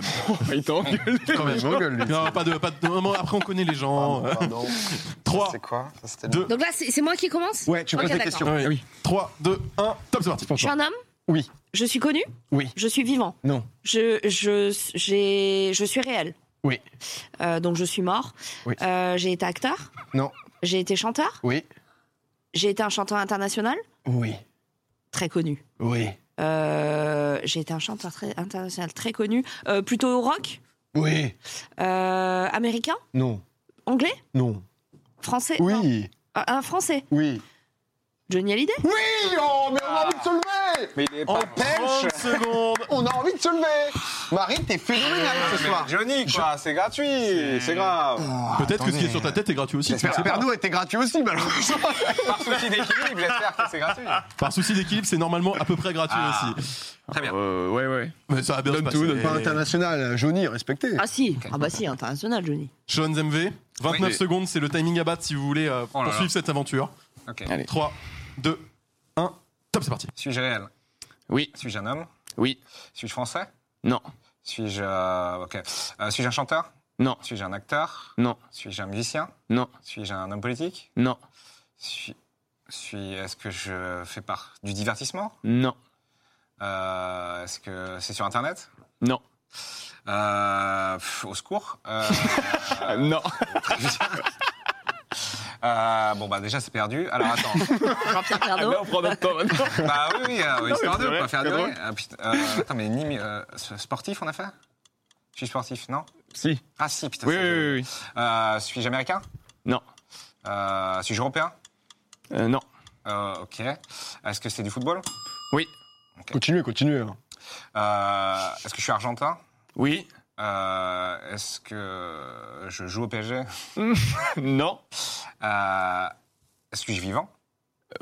[SPEAKER 7] Il t'engueule.
[SPEAKER 1] Quand même, je m'engueule, lui.
[SPEAKER 4] Non, pas de, pas de- non, Après, on connaît les
[SPEAKER 1] Ah,
[SPEAKER 3] Oh,
[SPEAKER 4] gens. Euh,
[SPEAKER 7] Pardon.
[SPEAKER 4] 3,
[SPEAKER 6] C'est quoi Ça, c'était
[SPEAKER 4] 2,
[SPEAKER 3] Donc là, c'est c'est moi qui commence
[SPEAKER 1] Ouais, tu
[SPEAKER 3] Ok,
[SPEAKER 1] poses des
[SPEAKER 3] d'accord.
[SPEAKER 1] questions.
[SPEAKER 4] 3, 2, 1. Top, c'est parti.
[SPEAKER 3] Je suis un homme
[SPEAKER 1] Oui.
[SPEAKER 3] Je suis connu
[SPEAKER 1] Oui.
[SPEAKER 3] Je suis vivant
[SPEAKER 1] Non.
[SPEAKER 3] Je, je, j'ai- je suis réel
[SPEAKER 1] Oui.
[SPEAKER 3] Euh, donc je suis mort.
[SPEAKER 1] Oui.
[SPEAKER 3] Euh, j'ai été acteur
[SPEAKER 1] Non.
[SPEAKER 3] J'ai été chanteur
[SPEAKER 1] Oui.
[SPEAKER 3] J'ai été un chanteur international
[SPEAKER 1] Oui.
[SPEAKER 3] Très connu.
[SPEAKER 1] Oui.
[SPEAKER 3] Euh, j'ai été un chanteur très, international très connu. Euh, plutôt au rock
[SPEAKER 1] Oui.
[SPEAKER 3] Euh, Américain
[SPEAKER 1] Non.
[SPEAKER 3] Anglais
[SPEAKER 1] Non.
[SPEAKER 3] Français Non.
[SPEAKER 1] Oui.
[SPEAKER 3] Un- un français
[SPEAKER 1] Oui.
[SPEAKER 3] Johnny Hallyday
[SPEAKER 1] Oui, oh, mais on a envie de se lever
[SPEAKER 6] Mais il est
[SPEAKER 4] En
[SPEAKER 6] pas.
[SPEAKER 4] 30 secondes.
[SPEAKER 1] On a envie de se lever Marie, t'es phénoménale ce
[SPEAKER 6] Mais
[SPEAKER 1] soir
[SPEAKER 6] Johnny, quoi, c'est gratuit, c'est grave.
[SPEAKER 4] Peut-être que ce qui est sur ta tête est gratuit aussi. tu le sais
[SPEAKER 1] J'espère que
[SPEAKER 4] pas.
[SPEAKER 1] Pernod était gratuit aussi, malheureusement.
[SPEAKER 6] Par souci d'équilibre, j'espère que c'est gratuit.
[SPEAKER 4] Par souci d'équilibre, c'est normalement à peu près gratuit
[SPEAKER 6] Ah.
[SPEAKER 4] aussi.
[SPEAKER 6] Très bien.
[SPEAKER 5] Euh, ouais, ouais.
[SPEAKER 4] Mais ça va bien se
[SPEAKER 5] Donne
[SPEAKER 4] passer.
[SPEAKER 5] tout, donne
[SPEAKER 1] Pas international, euh, Johnny, respecté.
[SPEAKER 3] Ah si Ah bah si, international Johnny.
[SPEAKER 4] Sean MV, 29
[SPEAKER 6] Oui.
[SPEAKER 4] secondes, c'est le timing à battre si vous voulez euh,
[SPEAKER 6] Oh là là.
[SPEAKER 4] poursuivre cette aventure.
[SPEAKER 6] Ok.
[SPEAKER 5] Allez.
[SPEAKER 4] 3, 2, 1. Top, c'est parti.
[SPEAKER 6] Suis-je réel
[SPEAKER 5] Oui.
[SPEAKER 6] Suis-je un homme
[SPEAKER 5] Oui.
[SPEAKER 6] Suis-je français
[SPEAKER 5] Non.
[SPEAKER 6] Suis-je. euh, ok. Euh, Suis-je un chanteur
[SPEAKER 5] Non.
[SPEAKER 6] Suis-je un acteur
[SPEAKER 5] Non.
[SPEAKER 6] Suis-je un musicien
[SPEAKER 5] Non.
[SPEAKER 6] Suis-je un homme politique
[SPEAKER 5] Non.
[SPEAKER 6] Suis. suis Est-ce que je fais part du divertissement
[SPEAKER 5] Non.
[SPEAKER 6] Euh, Est-ce que c'est sur Internet
[SPEAKER 5] Non.
[SPEAKER 6] Euh, pff, au secours. Euh,
[SPEAKER 7] Ah, Non.
[SPEAKER 6] euh, bon, bah déjà, c'est perdu. Alors attends.
[SPEAKER 3] Jean-Pierre Pernaut.
[SPEAKER 7] Là, on prend notre temps maintenant.
[SPEAKER 6] bah oui, oui, euh, oui,
[SPEAKER 7] mais
[SPEAKER 6] histoire
[SPEAKER 7] c'est
[SPEAKER 6] de
[SPEAKER 7] vrai,
[SPEAKER 6] pas faire
[SPEAKER 7] c'est
[SPEAKER 6] de.
[SPEAKER 7] drôle.
[SPEAKER 6] Ah, putain, euh, attends, mais ni, euh, sportif, on a fait Je suis sportif, non
[SPEAKER 5] Si.
[SPEAKER 6] Ah si, putain.
[SPEAKER 5] Oui,
[SPEAKER 6] ça,
[SPEAKER 5] oui,
[SPEAKER 6] je-
[SPEAKER 5] oui. oui.
[SPEAKER 6] Euh, suis-je américain
[SPEAKER 5] Non.
[SPEAKER 6] Euh, suis-je européen
[SPEAKER 5] Euh, non.
[SPEAKER 6] Euh, Ok. Est-ce que c'est du football
[SPEAKER 5] Oui.
[SPEAKER 1] Continuez, continuez. hein.
[SPEAKER 6] Euh, Est-ce que je suis argentin
[SPEAKER 5] Oui.
[SPEAKER 6] Euh, Est-ce que je joue au PSG
[SPEAKER 5] Non.
[SPEAKER 6] Euh, Est-ce que je suis vivant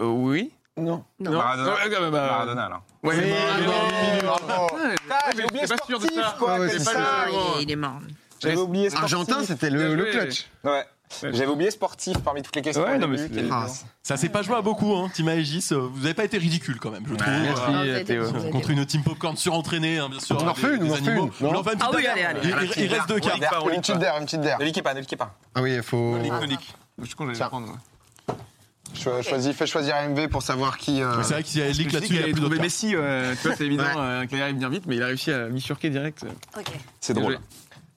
[SPEAKER 5] Euh, oui.
[SPEAKER 1] Non.
[SPEAKER 3] Non.
[SPEAKER 6] Maradona
[SPEAKER 5] Ouais, quand même, bah,
[SPEAKER 6] Maradona, alors.
[SPEAKER 5] ouais,
[SPEAKER 1] C'est
[SPEAKER 5] mais-
[SPEAKER 1] Maradona.
[SPEAKER 5] mais-
[SPEAKER 1] Bravo.
[SPEAKER 5] Ouais,
[SPEAKER 6] Ah, j'ai
[SPEAKER 5] mais
[SPEAKER 6] oublié
[SPEAKER 5] j'étais pas sûr de
[SPEAKER 6] sportif,
[SPEAKER 5] ça.
[SPEAKER 6] quoi,
[SPEAKER 1] Ah ouais,
[SPEAKER 6] c'est
[SPEAKER 1] c'est
[SPEAKER 6] ça.
[SPEAKER 3] Ah,
[SPEAKER 5] ça.
[SPEAKER 3] il est- il est mort.
[SPEAKER 6] J'avais oublié sportif.
[SPEAKER 1] Argentin, c'était le,
[SPEAKER 5] Bien
[SPEAKER 1] le
[SPEAKER 5] joué.
[SPEAKER 1] clutch.
[SPEAKER 6] Ouais. J'avais oublié sportif parmi toutes les questions.
[SPEAKER 5] Ouais,
[SPEAKER 6] au
[SPEAKER 5] non, mais
[SPEAKER 6] début.
[SPEAKER 5] c'est-
[SPEAKER 6] Quel
[SPEAKER 1] Ah,
[SPEAKER 6] évident.
[SPEAKER 4] Ça s'est pas joué à beaucoup, hein, Team Aegis. euh, Vous n'avez pas été ridicule quand même, je trouve.
[SPEAKER 5] Merci,
[SPEAKER 4] euh,
[SPEAKER 3] Ah, vous
[SPEAKER 5] euh,
[SPEAKER 3] avez
[SPEAKER 5] Théo.
[SPEAKER 3] été- vous avez été-
[SPEAKER 4] Contre une team popcorn surentraînée, hein, bien sûr.
[SPEAKER 1] On en
[SPEAKER 4] hein,
[SPEAKER 1] refait
[SPEAKER 4] des-
[SPEAKER 1] une, on
[SPEAKER 4] des
[SPEAKER 1] en refait
[SPEAKER 4] animaux.
[SPEAKER 1] une, non
[SPEAKER 4] On en fait une
[SPEAKER 3] Ah
[SPEAKER 4] petite
[SPEAKER 3] oui,
[SPEAKER 4] dernière.
[SPEAKER 3] allez, allez.
[SPEAKER 4] Il- il- Il reste deux
[SPEAKER 6] Ouais,
[SPEAKER 4] cartes.
[SPEAKER 6] derrière,
[SPEAKER 1] Une petite d'air, une petite d'air.
[SPEAKER 6] Ne liquez pas, ne liquez pas.
[SPEAKER 1] Ah oui, il faut.
[SPEAKER 6] Ne liquez.
[SPEAKER 5] Je crois que j'allais
[SPEAKER 1] Tiens.
[SPEAKER 5] prendre. hein. ouais.
[SPEAKER 1] Cho- choisis- fais choisir MV pour savoir qui. euh,
[SPEAKER 4] Mais C'est vrai qu'il y a Elic
[SPEAKER 5] Je me suis
[SPEAKER 4] là-dessus,
[SPEAKER 5] dit
[SPEAKER 4] il y a
[SPEAKER 5] qu'il
[SPEAKER 4] plus
[SPEAKER 5] allait
[SPEAKER 4] d'autres
[SPEAKER 5] trouver
[SPEAKER 4] cartes.
[SPEAKER 5] Messi, euh, tu vois, c'est évident euh, qu'il allait venir vite, mais il a réussi à misurquer direct.
[SPEAKER 3] Ok.
[SPEAKER 6] C'est
[SPEAKER 5] drôle.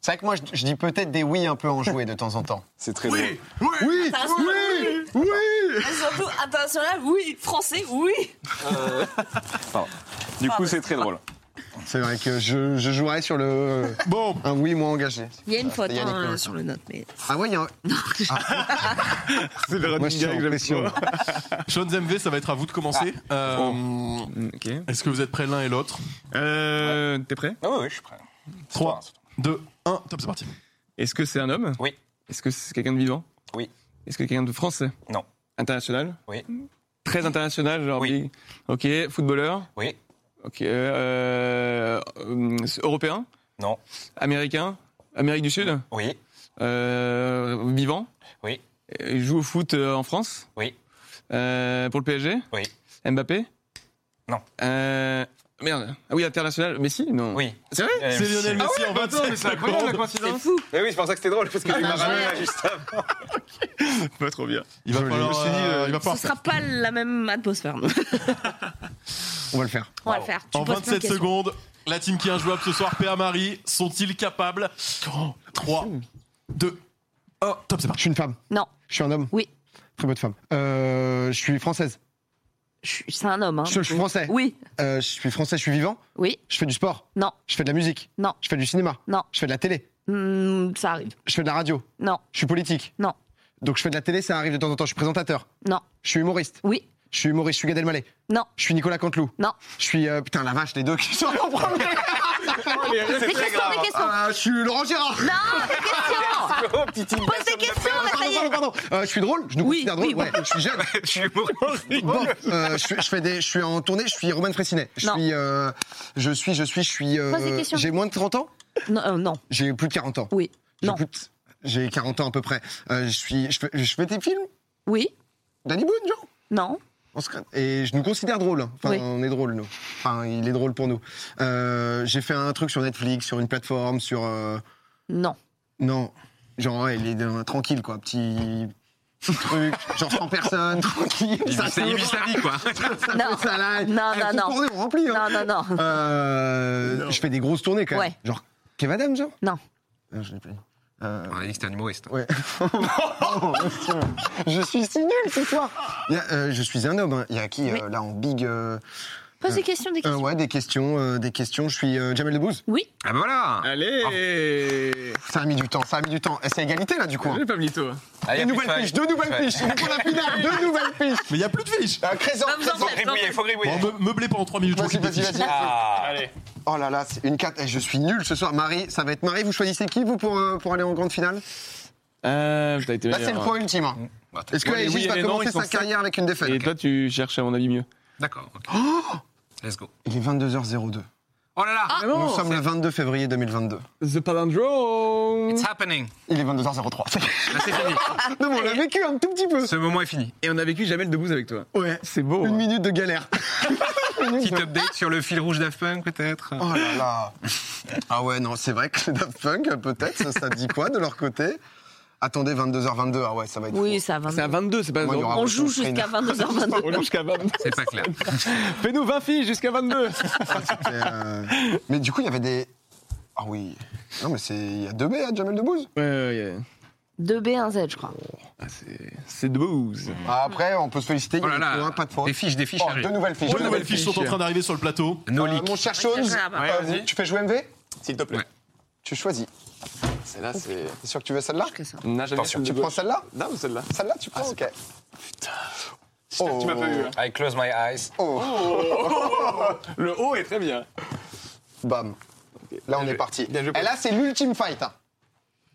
[SPEAKER 1] C'est vrai que moi, je, je dis peut-être des oui un peu enjoués de temps en temps.
[SPEAKER 6] C'est très drôle.
[SPEAKER 1] Oui, oui, oui.
[SPEAKER 3] Ah, Surtout international, oui. Français, oui.
[SPEAKER 6] Du coup, c'est très drôle.
[SPEAKER 1] C'est vrai que je, je jouerais sur le
[SPEAKER 4] Bon,
[SPEAKER 1] un oui moins engagé.
[SPEAKER 3] Il y a une faute
[SPEAKER 1] c'était Yannick
[SPEAKER 3] hein,
[SPEAKER 1] Noah.
[SPEAKER 3] sur le note, mais.
[SPEAKER 1] Ah ouais, il y a un.
[SPEAKER 5] C'est le
[SPEAKER 1] Moi, je suis impression.
[SPEAKER 4] Sean MV, ça va être à vous de commencer.
[SPEAKER 5] Ah.
[SPEAKER 4] Euh,
[SPEAKER 5] Ok.
[SPEAKER 4] Est-ce que vous êtes prêts l'un et l'autre
[SPEAKER 5] Euh, T'es prêt
[SPEAKER 6] Ah oui, oui, je suis prêt.
[SPEAKER 4] 3, 2, 1, top, c'est parti.
[SPEAKER 5] Est-ce que c'est un homme
[SPEAKER 6] Oui.
[SPEAKER 5] Est-ce que c'est quelqu'un de vivant
[SPEAKER 6] Oui.
[SPEAKER 5] Est-ce que c'est quelqu'un de français
[SPEAKER 6] Non.
[SPEAKER 5] International
[SPEAKER 6] Oui.
[SPEAKER 5] Très international, genre.
[SPEAKER 6] Oui.
[SPEAKER 5] Ok, footballeur
[SPEAKER 6] Oui.
[SPEAKER 5] Ok. euh, euh, européen
[SPEAKER 6] Non.
[SPEAKER 5] Américain Amérique du Sud
[SPEAKER 6] Oui.
[SPEAKER 5] Euh, Vivant
[SPEAKER 6] Oui.
[SPEAKER 5] Euh, Il joue au foot euh, en France
[SPEAKER 6] Oui.
[SPEAKER 5] Euh, pour le PSG
[SPEAKER 6] Oui.
[SPEAKER 5] Mbappé
[SPEAKER 6] Non.
[SPEAKER 5] Euh, merde. Ah oui, international. Messi Non.
[SPEAKER 6] Oui.
[SPEAKER 5] C'est vrai
[SPEAKER 6] Euh,
[SPEAKER 4] C'est Lionel
[SPEAKER 5] Ah
[SPEAKER 4] Messi
[SPEAKER 5] ouais,
[SPEAKER 4] en
[SPEAKER 5] bah attends, mais
[SPEAKER 4] 27
[SPEAKER 5] c'est incroyable la
[SPEAKER 4] secondes.
[SPEAKER 5] coïncidence.
[SPEAKER 3] fou.
[SPEAKER 6] Mais Eh oui, c'est pour ça que c'était drôle, parce que j'ai Maradona là juste avant.
[SPEAKER 5] Pas trop bien.
[SPEAKER 4] Il va
[SPEAKER 1] Joli.
[SPEAKER 4] falloir,
[SPEAKER 1] Je me suis dit,
[SPEAKER 4] euh,
[SPEAKER 1] euh,
[SPEAKER 4] il va falloir
[SPEAKER 3] Ce sera pas la même atmosphère. non.
[SPEAKER 1] On va le faire.
[SPEAKER 3] On va le faire. Tu
[SPEAKER 4] En
[SPEAKER 3] poses plein de
[SPEAKER 4] 27
[SPEAKER 3] questions.
[SPEAKER 4] secondes, la team qui est injouable ce soir, PA Marie, sont-ils capables 3, 2, 1, top, c'est
[SPEAKER 1] Je
[SPEAKER 4] parti.
[SPEAKER 1] suis une femme.
[SPEAKER 3] Non.
[SPEAKER 1] Je suis un homme.
[SPEAKER 3] Oui.
[SPEAKER 1] Très bonne femme. Euh, je suis française.
[SPEAKER 3] Je suis- C'est un homme. Hein.
[SPEAKER 1] Je suis français.
[SPEAKER 3] Oui,
[SPEAKER 1] Euh, je suis français, je suis vivant.
[SPEAKER 3] oui,
[SPEAKER 1] Je fais du sport.
[SPEAKER 3] non,
[SPEAKER 1] Je fais de la musique.
[SPEAKER 3] Non.
[SPEAKER 1] Je fais du cinéma.
[SPEAKER 3] Non.
[SPEAKER 1] Je fais de la télé.
[SPEAKER 3] Hmm, ça arrive.
[SPEAKER 1] Je fais de la radio.
[SPEAKER 3] Non,
[SPEAKER 1] Je suis politique.
[SPEAKER 3] Non.
[SPEAKER 1] Donc je fais de la télé, ça arrive de temps en temps. Je suis présentateur.
[SPEAKER 3] non,
[SPEAKER 1] Je suis humoriste.
[SPEAKER 3] oui,
[SPEAKER 1] Je suis humoriste. Je suis Gad Elmaleh.
[SPEAKER 3] non.
[SPEAKER 1] Je suis Nicolas Canteloup.
[SPEAKER 3] Non.
[SPEAKER 1] Je suis euh, putain la vache les deux qui sont en premier.
[SPEAKER 3] Des questions, des questions.
[SPEAKER 1] Ah, je suis Laurent Gérard.
[SPEAKER 3] Non, des questions.
[SPEAKER 6] Oh, petite
[SPEAKER 3] Pose des questions, mais ça
[SPEAKER 1] Pardon,
[SPEAKER 3] y
[SPEAKER 1] pardon,
[SPEAKER 3] est.
[SPEAKER 1] pardon. Euh, je suis drôle. Je nous
[SPEAKER 3] Oui,
[SPEAKER 1] considère drôle.
[SPEAKER 3] oui,
[SPEAKER 1] ouais. Je suis jeune.
[SPEAKER 6] Je suis humoriste.
[SPEAKER 1] Bon, euh, je, suis- je fais des, je suis en tournée. Je suis Roman Frécinet. Je
[SPEAKER 3] Non.
[SPEAKER 1] suis, euh, je suis, je suis, je suis. euh,
[SPEAKER 3] Pose des questions.
[SPEAKER 1] J'ai moins de 30 ans.
[SPEAKER 3] Non, euh, non.
[SPEAKER 1] J'ai plus de 40 ans.
[SPEAKER 3] Oui.
[SPEAKER 1] J'ai
[SPEAKER 3] Non.
[SPEAKER 1] plus de- J'ai 40 ans à peu près. Euh, je suis, je fais, je fais des films.
[SPEAKER 3] oui,
[SPEAKER 1] Danny Boone, genre.
[SPEAKER 3] non,
[SPEAKER 1] On se craint. Et je nous considère drôle. Enfin,
[SPEAKER 3] Oui.
[SPEAKER 1] on est drôle, nous. Enfin, il est drôle pour nous. Euh, j'ai fait un truc sur Netflix, sur une plateforme, sur. euh,
[SPEAKER 3] non.
[SPEAKER 1] Non. Genre, ouais, il est dans- tranquille, quoi. Petit truc. Genre, sans personne, tranquille.
[SPEAKER 2] Il
[SPEAKER 1] Ça
[SPEAKER 2] vit- il vit sa vie, quoi.
[SPEAKER 1] ça
[SPEAKER 3] Non.
[SPEAKER 1] fait ça, là.
[SPEAKER 3] Non,
[SPEAKER 1] Eh,
[SPEAKER 3] non,
[SPEAKER 1] faut
[SPEAKER 3] non.
[SPEAKER 1] tourner, on remplit, hein.
[SPEAKER 3] Non, non, non.
[SPEAKER 1] Euh, Je fais des grosses tournées, quand même.
[SPEAKER 3] Ouais.
[SPEAKER 1] Genre, Kev Adams, genre
[SPEAKER 3] Non.
[SPEAKER 1] Non, je l'ai pas dit. Euh,
[SPEAKER 2] On a dit que c'était un humoriste.
[SPEAKER 1] Ouais. je suis si nul ce soir. Il y a, euh, je suis un homme. hein. Il y a qui euh, là en big euh,
[SPEAKER 3] Pose des questions, des
[SPEAKER 1] euh,
[SPEAKER 3] questions.
[SPEAKER 1] Ouais, des questions, euh, des questions. Je suis euh, Jamel Debbouze.
[SPEAKER 3] Oui,
[SPEAKER 2] Ah bah voilà
[SPEAKER 5] Allez
[SPEAKER 1] Ça a mis du temps. Ça a mis du temps. Eh, C'est égalité là du coup. hein.
[SPEAKER 5] J'ai pas mytho.
[SPEAKER 1] Une nouvelle fiche, deux nouvelles fiches. On prend la finale, deux nouvelles fiches.
[SPEAKER 4] Mais il n'y a plus de fiches
[SPEAKER 2] Euh,
[SPEAKER 1] Un Crésan,
[SPEAKER 3] Bah, vous en
[SPEAKER 1] Crésan.
[SPEAKER 3] faites.
[SPEAKER 6] Il faut gribouiller.
[SPEAKER 4] Bon, me- meublez pas en 3 minutes. je
[SPEAKER 1] Vas-y,
[SPEAKER 4] m'occupe des
[SPEAKER 1] vas-y,
[SPEAKER 4] fiches.
[SPEAKER 1] vas-y.
[SPEAKER 6] Ah,
[SPEAKER 1] Oh là là, c'est une 4. Je suis nul ce soir. Marie, ça va être Marie. Vous choisissez qui, vous, pour, euh, pour aller en grande finale
[SPEAKER 6] Bah,
[SPEAKER 5] Euh, putain, t'es
[SPEAKER 1] Là,
[SPEAKER 5] meilleur.
[SPEAKER 1] c'est le point ultime.
[SPEAKER 5] Mm.
[SPEAKER 1] hein. Est-ce que
[SPEAKER 5] Ouais, les
[SPEAKER 1] Aegis
[SPEAKER 5] oui et
[SPEAKER 1] va
[SPEAKER 5] les non,
[SPEAKER 1] commencer
[SPEAKER 5] ils sont
[SPEAKER 1] sa
[SPEAKER 5] sept.
[SPEAKER 1] carrière avec une défaite
[SPEAKER 5] Et toi, tu cherches, à mon avis, mieux.
[SPEAKER 2] D'accord. ok. Let's go.
[SPEAKER 1] Il est 22h02.
[SPEAKER 2] Oh là là
[SPEAKER 1] Nous sommes le 22 février 2022.
[SPEAKER 5] Ah, The Palindrome
[SPEAKER 2] It's happening
[SPEAKER 1] Il est 22h03.
[SPEAKER 2] Là, c'est fini.
[SPEAKER 1] Non, mais on l'a vécu un tout petit peu.
[SPEAKER 2] Ce moment est fini.
[SPEAKER 5] Et on a vécu Jamel Debbouze avec toi.
[SPEAKER 2] Oh,
[SPEAKER 1] Ouais.
[SPEAKER 5] C'est beau.
[SPEAKER 1] Une minute de galère.
[SPEAKER 2] Petit update sur le fil rouge d'Aft Punk, peut-être
[SPEAKER 1] Oh là là. Ah ouais, non, c'est vrai que les Daft Punk, peut-être, ça, ça dit quoi de leur côté Attendez, 22h22, ah ouais, ça va être
[SPEAKER 3] oui,
[SPEAKER 1] fou.
[SPEAKER 3] ça va.
[SPEAKER 5] C'est à 22, c'est pas...
[SPEAKER 1] Moi, il y aura-
[SPEAKER 3] On joue
[SPEAKER 1] Traîne.
[SPEAKER 3] jusqu'à 22h22.
[SPEAKER 5] On joue jusqu'à 22.
[SPEAKER 2] C'est pas clair.
[SPEAKER 5] Fais-nous 20 filles jusqu'à 22.
[SPEAKER 1] Mais, euh, mais du coup, il y avait des... Ah oui. Non, mais c'est... Il y a deux B à Jamel Debbouze.
[SPEAKER 5] Ouais, ouais, ouais.
[SPEAKER 3] 2B1Z, je crois.
[SPEAKER 5] Ah, c'est- c'est Debbouze.
[SPEAKER 1] Ah, après, on peut se féliciter, il y
[SPEAKER 2] Oh
[SPEAKER 1] a
[SPEAKER 2] là
[SPEAKER 1] des points,
[SPEAKER 2] là
[SPEAKER 1] pas de points.
[SPEAKER 2] Des fiches, des fiches
[SPEAKER 1] Oh,
[SPEAKER 2] arrivent.
[SPEAKER 1] deux nouvelles fiches.
[SPEAKER 4] Deux
[SPEAKER 1] Deux
[SPEAKER 4] nouvelles
[SPEAKER 1] nouvelles
[SPEAKER 4] fiches
[SPEAKER 5] fiches.
[SPEAKER 4] sont en train d'arriver sur le plateau.
[SPEAKER 2] No
[SPEAKER 1] Euh,
[SPEAKER 2] leak.
[SPEAKER 1] mon cher Shones,
[SPEAKER 3] Ouais,
[SPEAKER 1] euh,
[SPEAKER 5] vas-y.
[SPEAKER 1] tu fais jouer MV
[SPEAKER 7] S'il te plaît.
[SPEAKER 2] Ouais.
[SPEAKER 1] Tu choisis.
[SPEAKER 7] Celle-là, c'est.
[SPEAKER 1] T'es sûr que tu veux celle-là
[SPEAKER 3] Que ça.
[SPEAKER 5] On n'a jamais
[SPEAKER 6] Attention,
[SPEAKER 5] vu
[SPEAKER 1] Tu
[SPEAKER 5] de
[SPEAKER 1] prends
[SPEAKER 5] gauche.
[SPEAKER 1] celle-là
[SPEAKER 7] Non, ou celle-là Ah,
[SPEAKER 1] Celle-là, tu prends Ok.
[SPEAKER 7] J'espère que Tu m'as pas eu. hein.
[SPEAKER 6] I close my eyes.
[SPEAKER 1] Oh.
[SPEAKER 7] Le haut est très bien.
[SPEAKER 1] Bam. Là, on est parti.
[SPEAKER 7] Bien joué.
[SPEAKER 1] Et là, c'est l'ultime fight. hein.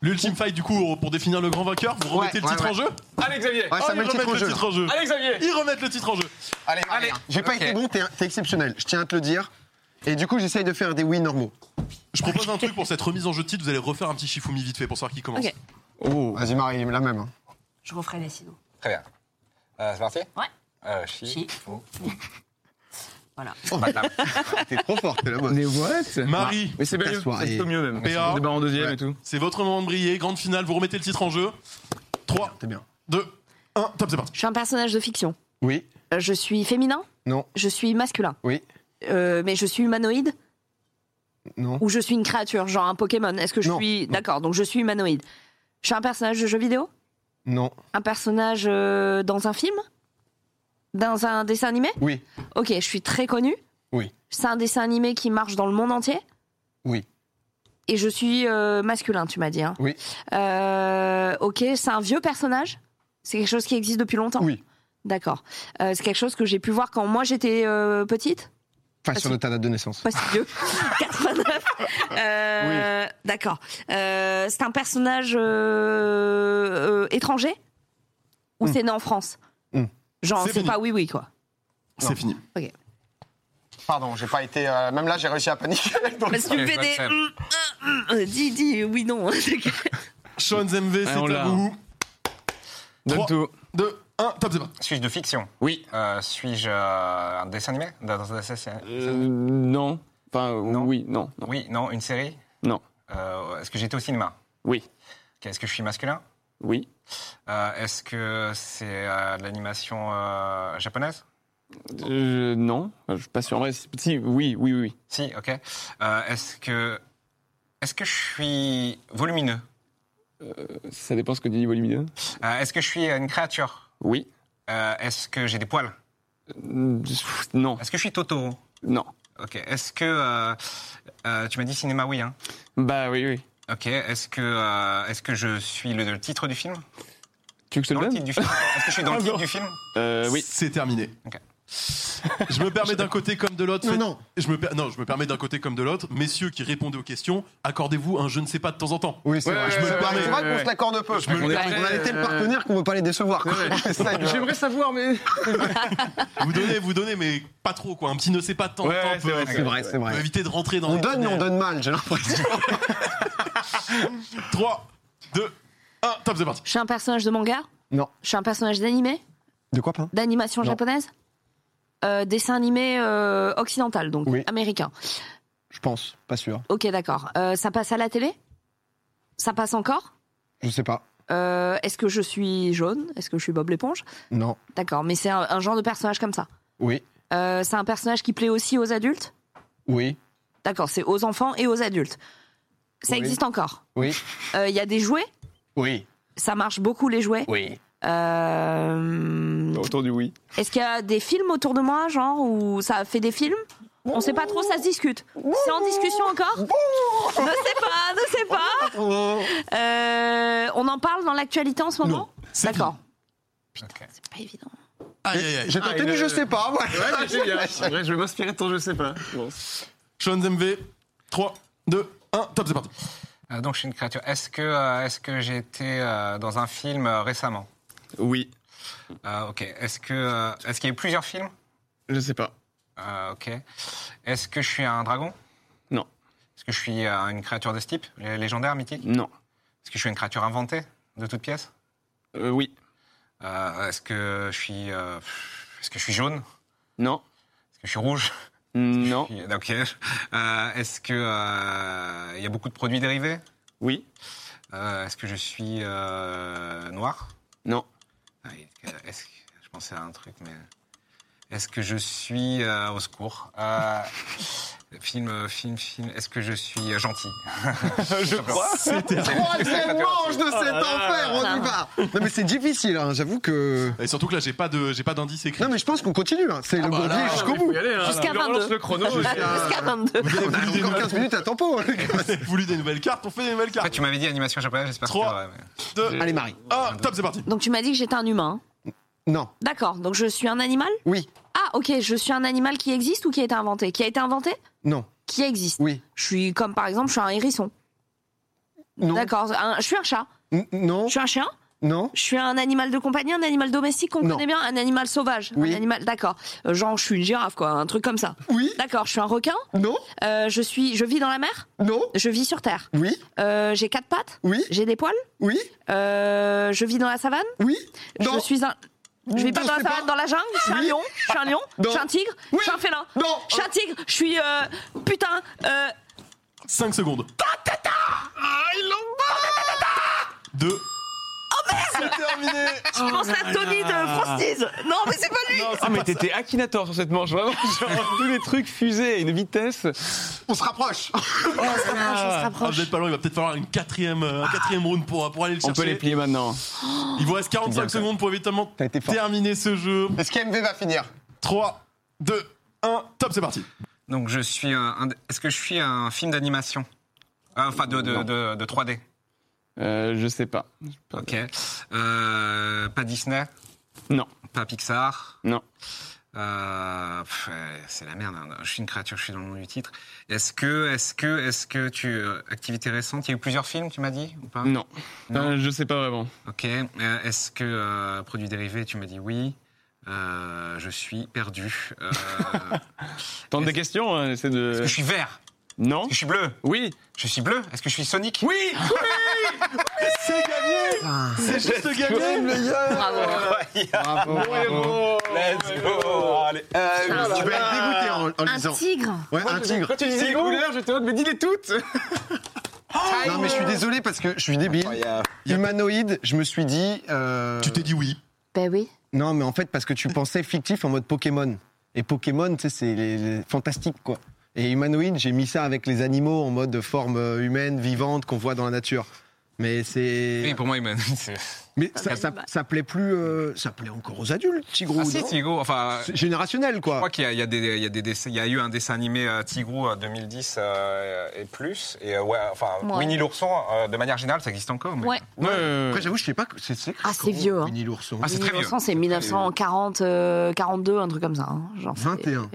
[SPEAKER 4] L'ultime fight, du coup, pour définir le grand vainqueur, vous remettez
[SPEAKER 1] Ouais,
[SPEAKER 4] le titre
[SPEAKER 1] ouais,
[SPEAKER 4] en jeu
[SPEAKER 7] Allez, Xavier
[SPEAKER 1] Ouais,
[SPEAKER 4] Ah,
[SPEAKER 1] ça
[SPEAKER 4] ils
[SPEAKER 1] met le titre
[SPEAKER 4] remettent
[SPEAKER 1] en
[SPEAKER 4] le
[SPEAKER 1] jeu.
[SPEAKER 4] titre en jeu.
[SPEAKER 7] Allez, Xavier
[SPEAKER 4] Ils remettent le titre en jeu.
[SPEAKER 1] Allez, allez. J'ai pas
[SPEAKER 6] Ok.
[SPEAKER 1] été bon, t'es t'es exceptionnel. Je tiens à te le dire. Et du coup, j'essaye de faire des oui normaux.
[SPEAKER 4] Je propose un truc pour cette remise en jeu de titre, vous allez refaire un petit Shifumi vite fait pour savoir qui commence.
[SPEAKER 3] Ok.
[SPEAKER 5] Oh.
[SPEAKER 1] Vas-y, Marie, la même. hein.
[SPEAKER 3] Je referai les sinon.
[SPEAKER 6] Très bien. Euh, c'est parti
[SPEAKER 3] Ouais.
[SPEAKER 6] Euh, chi.
[SPEAKER 3] Chi.
[SPEAKER 6] fou.
[SPEAKER 3] Voilà.
[SPEAKER 5] Bah,
[SPEAKER 1] T'es trop fort, t'es la bonne.
[SPEAKER 5] Mais what
[SPEAKER 4] Marie,
[SPEAKER 5] Mais c'est bien
[SPEAKER 1] Ta
[SPEAKER 5] mieux.
[SPEAKER 1] soirée.
[SPEAKER 5] C'est plutôt mieux même.
[SPEAKER 4] PA.
[SPEAKER 5] On débarre en deuxième
[SPEAKER 1] Ouais.
[SPEAKER 5] et tout.
[SPEAKER 4] c'est votre moment de briller, grande finale, vous remettez le titre en jeu. 3,
[SPEAKER 1] T'es bien.
[SPEAKER 4] 2, 1, top, c'est parti.
[SPEAKER 3] Je suis un personnage de fiction.
[SPEAKER 1] Oui.
[SPEAKER 3] Euh, Je suis féminin
[SPEAKER 1] Non.
[SPEAKER 3] Je suis masculin
[SPEAKER 1] Oui.
[SPEAKER 3] Euh, mais je suis humanoïde
[SPEAKER 1] Non.
[SPEAKER 3] ou je suis une créature, genre un Pokémon Est-ce que je
[SPEAKER 1] Non,
[SPEAKER 3] suis.
[SPEAKER 1] non.
[SPEAKER 3] D'accord, donc je suis humanoïde. Je suis un personnage de jeu vidéo
[SPEAKER 1] Non.
[SPEAKER 3] Un personnage euh, dans un film Dans un dessin animé
[SPEAKER 1] Oui.
[SPEAKER 3] Ok, je suis très connue.
[SPEAKER 1] Hein. Oui.
[SPEAKER 3] C'est un dessin animé qui marche dans le monde entier
[SPEAKER 1] Oui.
[SPEAKER 3] Et je suis euh, masculin, tu m'as dit. hein.
[SPEAKER 1] Oui.
[SPEAKER 3] Euh, ok, c'est un vieux personnage C'est quelque chose qui existe depuis longtemps
[SPEAKER 1] Oui.
[SPEAKER 3] D'accord. Euh, c'est quelque chose que j'ai pu voir quand moi j'étais euh, petite
[SPEAKER 1] Enfin, sur
[SPEAKER 3] Vas-y.
[SPEAKER 1] ta date de naissance.
[SPEAKER 3] Pas si vieux. 89. Euh, D'accord. Euh, c'est un personnage euh, euh, étranger
[SPEAKER 1] Hmm.
[SPEAKER 3] Ou c'est né en France
[SPEAKER 1] Mm.
[SPEAKER 3] Genre,
[SPEAKER 4] C'est
[SPEAKER 3] c'est
[SPEAKER 4] fini.
[SPEAKER 3] pas oui, oui, quoi.
[SPEAKER 4] C'est fini.
[SPEAKER 1] Pardon, j'ai pas été. euh, même là, j'ai réussi à paniquer. Donc,
[SPEAKER 3] Parce que tu
[SPEAKER 2] Ouais,
[SPEAKER 3] me fais
[SPEAKER 2] je
[SPEAKER 3] des.
[SPEAKER 2] l'accepte.
[SPEAKER 3] hum, hum, hum, euh, Dis, dis, oui, non.
[SPEAKER 4] Sean MV, c'est
[SPEAKER 5] Ouais, Ah, on
[SPEAKER 4] à
[SPEAKER 5] l'a.
[SPEAKER 4] vous.
[SPEAKER 5] Donne
[SPEAKER 4] Trois.
[SPEAKER 5] tout.
[SPEAKER 4] 2, 1, top, c'est parti.
[SPEAKER 6] Suis-je de fiction
[SPEAKER 5] Oui.
[SPEAKER 6] Euh, Suis-je euh, un dessin animé Dans un dessin animé
[SPEAKER 5] Euh, non. Enfin,
[SPEAKER 6] Non.
[SPEAKER 5] oui, non. non.
[SPEAKER 6] Oui, non, une série
[SPEAKER 5] Non.
[SPEAKER 6] Euh, Est-ce que j'étais au cinéma
[SPEAKER 5] Oui.
[SPEAKER 6] Ok, Est-ce que je suis masculin
[SPEAKER 5] Oui.
[SPEAKER 6] Euh, Est-ce que c'est euh, de l'animation euh, japonaise
[SPEAKER 5] Euh, non. Enfin, Je suis pas sûr. En vrai, si, si, oui, oui, oui.
[SPEAKER 6] Si, ok. Euh, Est-ce que. Est-ce que je suis volumineux
[SPEAKER 5] Ça dépend ce que tu dis, volumineux.
[SPEAKER 6] Euh, Est-ce que je suis une créature
[SPEAKER 5] Oui.
[SPEAKER 6] Euh, Est-ce que j'ai des poils
[SPEAKER 5] Non,
[SPEAKER 6] Est-ce que je suis Totoro
[SPEAKER 5] non.
[SPEAKER 6] Ok. Est-ce que euh, euh, tu m'as dit cinéma oui hein
[SPEAKER 5] Bah oui, oui.
[SPEAKER 6] Ok. Est-ce que euh, est-ce que je suis le, le titre du film
[SPEAKER 5] Tu veux que je te
[SPEAKER 6] Dans
[SPEAKER 5] le
[SPEAKER 6] le
[SPEAKER 5] donne
[SPEAKER 6] titre du film. Est-ce que je suis dans le titre du film
[SPEAKER 5] euh, Oui.
[SPEAKER 4] C'est terminé.
[SPEAKER 6] Ok.
[SPEAKER 4] Je me permets d'un côté comme de l'autre.
[SPEAKER 1] Non,
[SPEAKER 4] faites-
[SPEAKER 1] non.
[SPEAKER 4] Je me per- non, je me permets d'un côté comme de l'autre. Messieurs qui répondez aux questions, accordez-vous un je ne sais pas de temps en temps.
[SPEAKER 1] Oui, c'est
[SPEAKER 5] Ouais,
[SPEAKER 1] vrai.
[SPEAKER 5] ouais,
[SPEAKER 1] Je me
[SPEAKER 5] ouais,
[SPEAKER 1] permets.
[SPEAKER 5] ouais,
[SPEAKER 1] C'est vrai qu'on
[SPEAKER 5] ouais.
[SPEAKER 1] se l'accorde peu.
[SPEAKER 5] me
[SPEAKER 1] on,
[SPEAKER 5] le
[SPEAKER 1] a,
[SPEAKER 5] permets,
[SPEAKER 1] on a des tels
[SPEAKER 5] euh,
[SPEAKER 1] partenaires qu'on ne veut pas les décevoir. quoi.
[SPEAKER 5] Ouais.
[SPEAKER 1] C'est ça, le-
[SPEAKER 5] J'aimerais savoir, mais.
[SPEAKER 4] Vous donnez, vous donnez, mais pas trop quoi. Un petit ne sais pas de temps
[SPEAKER 5] Ouais,
[SPEAKER 4] en temps
[SPEAKER 5] ouais, c'est
[SPEAKER 4] peut-
[SPEAKER 5] vrai,
[SPEAKER 1] c'est vrai, c'est
[SPEAKER 4] peut
[SPEAKER 1] vrai.
[SPEAKER 4] éviter de rentrer dans.
[SPEAKER 1] On
[SPEAKER 4] les
[SPEAKER 1] donne, mais on
[SPEAKER 4] tunnels.
[SPEAKER 1] donne mal, j'ai l'impression.
[SPEAKER 4] 3, 2, 1, top, c'est parti.
[SPEAKER 3] Je suis un personnage de manga
[SPEAKER 1] Non.
[SPEAKER 3] Je suis un personnage d'animé
[SPEAKER 1] De quoi, pas
[SPEAKER 3] D'animation
[SPEAKER 1] Non.
[SPEAKER 3] japonaise Euh, Dessin animé euh, occidental, donc
[SPEAKER 1] Oui.
[SPEAKER 3] américain.
[SPEAKER 1] Je pense, pas sûr.
[SPEAKER 3] Ok, d'accord. Euh, ça passe à la télé Ça passe encore
[SPEAKER 1] Je sais pas.
[SPEAKER 3] Euh, Est-ce que je suis jaune Est-ce que je suis Bob l'éponge
[SPEAKER 1] Non.
[SPEAKER 3] D'accord, mais c'est un, un genre de personnage comme ça.
[SPEAKER 1] Oui.
[SPEAKER 3] Euh, c'est un personnage qui plaît aussi aux adultes
[SPEAKER 1] Oui.
[SPEAKER 3] D'accord, c'est aux enfants et aux adultes. Ça
[SPEAKER 1] Oui.
[SPEAKER 3] existe encore
[SPEAKER 1] Oui.
[SPEAKER 3] Euh, Il y a des jouets
[SPEAKER 1] Oui.
[SPEAKER 3] Ça marche beaucoup les jouets
[SPEAKER 1] Oui.
[SPEAKER 3] Euh,
[SPEAKER 5] Autour du oui.
[SPEAKER 3] Est-ce qu'il y a des films autour de moi, genre, ou ça fait des films On sait pas trop, ça se discute. C'est en discussion encore Ne sais pas, ne sais pas. Euh, on en parle dans l'actualité en ce moment
[SPEAKER 4] c'est
[SPEAKER 3] D'accord.
[SPEAKER 6] Ok.
[SPEAKER 3] C'est pas évident.
[SPEAKER 4] Aïe, aïe, aïe.
[SPEAKER 1] J'ai
[SPEAKER 5] Ah,
[SPEAKER 1] tenté
[SPEAKER 5] il
[SPEAKER 1] du
[SPEAKER 5] a-
[SPEAKER 1] je sais pas. voilà.
[SPEAKER 5] Ouais, mais c'est bien. En vrai, je vais m'inspirer de ton je sais pas. Bon.
[SPEAKER 4] Sean MV, 3, 2, 1, top, c'est parti.
[SPEAKER 6] Euh, donc je suis une créature. Est-ce que euh, est-ce que j'ai été euh, dans un film euh, récemment
[SPEAKER 5] Oui.
[SPEAKER 6] Euh, Ok. Est-ce que euh, est-ce qu'il y a eu plusieurs films
[SPEAKER 5] Je sais pas.
[SPEAKER 6] Euh, Ok. Est-ce que je suis un dragon
[SPEAKER 5] Non.
[SPEAKER 6] Est-ce que je suis euh, une créature de ce type lé- Légendaire, mythique
[SPEAKER 5] Non.
[SPEAKER 6] Est-ce que je suis une créature inventée de toutes pièces
[SPEAKER 5] Euh, oui.
[SPEAKER 6] Euh, Est-ce que je suis euh, est-ce que je suis jaune
[SPEAKER 5] Non.
[SPEAKER 6] Est-ce que je suis rouge
[SPEAKER 5] Non.
[SPEAKER 6] Puis, Ok. Euh, Est-ce que euh, il y a beaucoup de produits dérivés
[SPEAKER 5] Oui.
[SPEAKER 6] Euh, Est-ce que je suis euh, noir
[SPEAKER 5] Non.
[SPEAKER 6] Ah, Est-ce que je pensais à un truc, mais est-ce que je suis euh, au secours Euh, Film, film, film. Est-ce que je suis euh, gentil
[SPEAKER 5] Je crois.
[SPEAKER 4] C'était.
[SPEAKER 1] Troisième manche de
[SPEAKER 5] Oh
[SPEAKER 1] cet enfer, on y va. Non mais c'est difficile, hein, j'avoue que.
[SPEAKER 4] Et surtout que là, j'ai pas de, j'ai pas d'indice écrit.
[SPEAKER 1] Non mais je pense qu'on continue. hein. C'est le
[SPEAKER 4] bah
[SPEAKER 1] bourbier
[SPEAKER 4] là,
[SPEAKER 1] jusqu'au bout.
[SPEAKER 5] hein.
[SPEAKER 3] Jusqu'à 22.
[SPEAKER 5] le
[SPEAKER 4] Ah,
[SPEAKER 5] chrono.
[SPEAKER 3] Jusqu'à 22.
[SPEAKER 4] Vous avez
[SPEAKER 1] On
[SPEAKER 4] voulu des
[SPEAKER 1] a encore
[SPEAKER 4] nouvelles-
[SPEAKER 1] 15 minutes à tempo. hein, les gars.
[SPEAKER 4] vous avez voulu des nouvelles cartes, on fait des nouvelles
[SPEAKER 6] En fait,
[SPEAKER 4] cartes.
[SPEAKER 6] tu m'avais dit animation japonaise, j'espère que c'est
[SPEAKER 4] Trois.
[SPEAKER 6] vrai. mais-
[SPEAKER 4] 2,
[SPEAKER 1] Allez Marie.
[SPEAKER 4] 1, Ah, top, c'est parti.
[SPEAKER 3] Donc tu m'as dit que j'étais un humain. hein.
[SPEAKER 1] Non.
[SPEAKER 3] D'accord, donc je suis un animal
[SPEAKER 1] Oui.
[SPEAKER 3] Ah, ok, je suis un animal qui existe ou qui a été inventé Qui a été inventé
[SPEAKER 1] Non.
[SPEAKER 3] Qui existe
[SPEAKER 1] Oui.
[SPEAKER 3] Je suis comme par exemple, je suis un hérisson.
[SPEAKER 1] Non.
[SPEAKER 3] D'accord, un- je suis un chat.
[SPEAKER 1] N- Non.
[SPEAKER 3] Je suis un chien
[SPEAKER 1] Non.
[SPEAKER 3] Je suis un animal de compagnie, un animal domestique qu'on
[SPEAKER 1] Non.
[SPEAKER 3] connaît bien, un animal sauvage,
[SPEAKER 1] Oui.
[SPEAKER 3] un animal, d'accord. Euh, Genre, je suis une girafe, quoi, un truc comme ça.
[SPEAKER 1] Oui.
[SPEAKER 3] D'accord, je suis un requin.
[SPEAKER 1] Non.
[SPEAKER 3] Euh, je suis, je vis dans la mer.
[SPEAKER 1] Non.
[SPEAKER 3] Je vis sur terre.
[SPEAKER 1] Oui.
[SPEAKER 3] Euh, j'ai quatre pattes.
[SPEAKER 1] Oui.
[SPEAKER 3] J'ai des poils.
[SPEAKER 1] Oui.
[SPEAKER 3] Euh, je vis dans la savane.
[SPEAKER 1] Oui. Non.
[SPEAKER 3] Je suis un. Je vis pas
[SPEAKER 1] Non,
[SPEAKER 3] dans la
[SPEAKER 1] c'est pas-
[SPEAKER 3] savane, dans la jungle. Je suis un
[SPEAKER 1] Oui.
[SPEAKER 3] lion. Je suis un lion.
[SPEAKER 1] Non.
[SPEAKER 3] Je suis un tigre.
[SPEAKER 1] Oui.
[SPEAKER 3] Je suis un félin.
[SPEAKER 1] Non.
[SPEAKER 3] Je suis un tigre. Je suis euh, putain. euh,
[SPEAKER 4] 5 secondes. Ah, 2. C'est terminé
[SPEAKER 3] je pense à Tony de Francis. Non, mais c'est pas lui.
[SPEAKER 5] Ah, mais t'étais Akinator sur cette manche, vraiment. Genre, tous les trucs fusés à une vitesse.
[SPEAKER 1] On se rapproche.
[SPEAKER 3] on se rapproche, on se
[SPEAKER 4] Ah,
[SPEAKER 3] rapproche.
[SPEAKER 4] vous êtes pas loin, il va peut-être falloir une quatrième, euh, un quatrième round pour, pour aller le
[SPEAKER 5] On peut les
[SPEAKER 4] chercher.
[SPEAKER 5] plier maintenant.
[SPEAKER 4] Il vous reste 45 secondes pour évidemment
[SPEAKER 1] T'as été fort.
[SPEAKER 4] terminer ce jeu.
[SPEAKER 1] Est-ce qu'MV va finir
[SPEAKER 4] 3, 2, 1, top, c'est parti.
[SPEAKER 5] Euh,
[SPEAKER 6] Donc, je suis un. un- Est-ce que je suis un film d'animation Euh, Enfin, de, de,
[SPEAKER 5] Non.
[SPEAKER 6] de, de 3D.
[SPEAKER 5] Euh, je sais pas.
[SPEAKER 6] Ok. Euh, pas Disney
[SPEAKER 5] Non.
[SPEAKER 6] Pas Pixar
[SPEAKER 5] Non.
[SPEAKER 6] Euh, pff, euh, c'est la merde. hein. Je suis une créature, je suis dans le nom du titre. Est-ce que, est-ce que, est-ce que tu. euh, Activité récente, il y a eu plusieurs films, tu m'as dit ou pas
[SPEAKER 5] Non.
[SPEAKER 6] Ah. Non.
[SPEAKER 5] Euh, je sais pas vraiment.
[SPEAKER 6] Ok. Euh, est-ce que. euh, produits dérivés, tu m'as dit oui. Euh, je suis perdu. Euh,
[SPEAKER 5] Tente des
[SPEAKER 6] Est-ce-
[SPEAKER 5] questions, hein, essaie
[SPEAKER 6] est-ce
[SPEAKER 5] de.
[SPEAKER 6] que je suis vert
[SPEAKER 5] Non
[SPEAKER 6] Est-ce que je suis bleu
[SPEAKER 5] Oui
[SPEAKER 6] Je suis bleu Est-ce que je suis Sonic
[SPEAKER 5] Oui
[SPEAKER 4] C'est gagné C'est juste gagné
[SPEAKER 3] Bravo.
[SPEAKER 1] Bravo. bravo. Euh,
[SPEAKER 6] Let's go Allez.
[SPEAKER 4] Ah,
[SPEAKER 1] Tu vas être dégoûté en, en
[SPEAKER 3] Un
[SPEAKER 1] lisant.
[SPEAKER 3] tigre.
[SPEAKER 1] Ouais, un tigre.
[SPEAKER 5] Quand tu disais les couleurs, j'étais en mode, mais dis-les toutes
[SPEAKER 1] Non mais je suis désolé parce que je suis débile. Humanoïde, je me suis dit. euh,
[SPEAKER 4] Tu t'es dit oui.
[SPEAKER 3] Ben oui.
[SPEAKER 1] Non, mais en fait, parce que tu pensais fictif en mode Pokémon. Et Pokémon, tu sais, c'est les, les- fantastique, quoi. Et humanoïde, j'ai mis ça avec les animaux en mode forme euh, humaine, vivante, qu'on voit dans la nature. Mais
[SPEAKER 2] Oui,
[SPEAKER 1] c'est.
[SPEAKER 2] pour moi, il m'a.
[SPEAKER 1] Mais ça,
[SPEAKER 3] Bah.
[SPEAKER 1] ça, ça plaît plus. euh, ça plaît encore aux adultes, Tigrou.
[SPEAKER 6] Ah si,
[SPEAKER 1] non
[SPEAKER 6] Tigrou, enfin,
[SPEAKER 1] C'est Générationnel,
[SPEAKER 6] Je
[SPEAKER 1] quoi.
[SPEAKER 6] crois qu'il y a, il y a des, il y a des dessins- il y a eu un dessin animé euh, Tigrou euh, 2010 euh, et plus. Et euh, ouais, enfin,
[SPEAKER 3] Ouais.
[SPEAKER 6] Winnie l'ourson, euh, de manière générale, ça existe encore. mais-
[SPEAKER 3] Ouais.
[SPEAKER 1] Après, j'avoue, je sais pas. que- C'est c'est
[SPEAKER 3] Ah, c'est
[SPEAKER 1] quand,
[SPEAKER 3] vieux, hein.
[SPEAKER 1] Winnie l'ourson.
[SPEAKER 6] Ah, c'est très vieux.
[SPEAKER 3] L'innocent, c'est 1940, euh, 42, un truc comme ça. hein. Genre, c'est- Ah.
[SPEAKER 1] 21.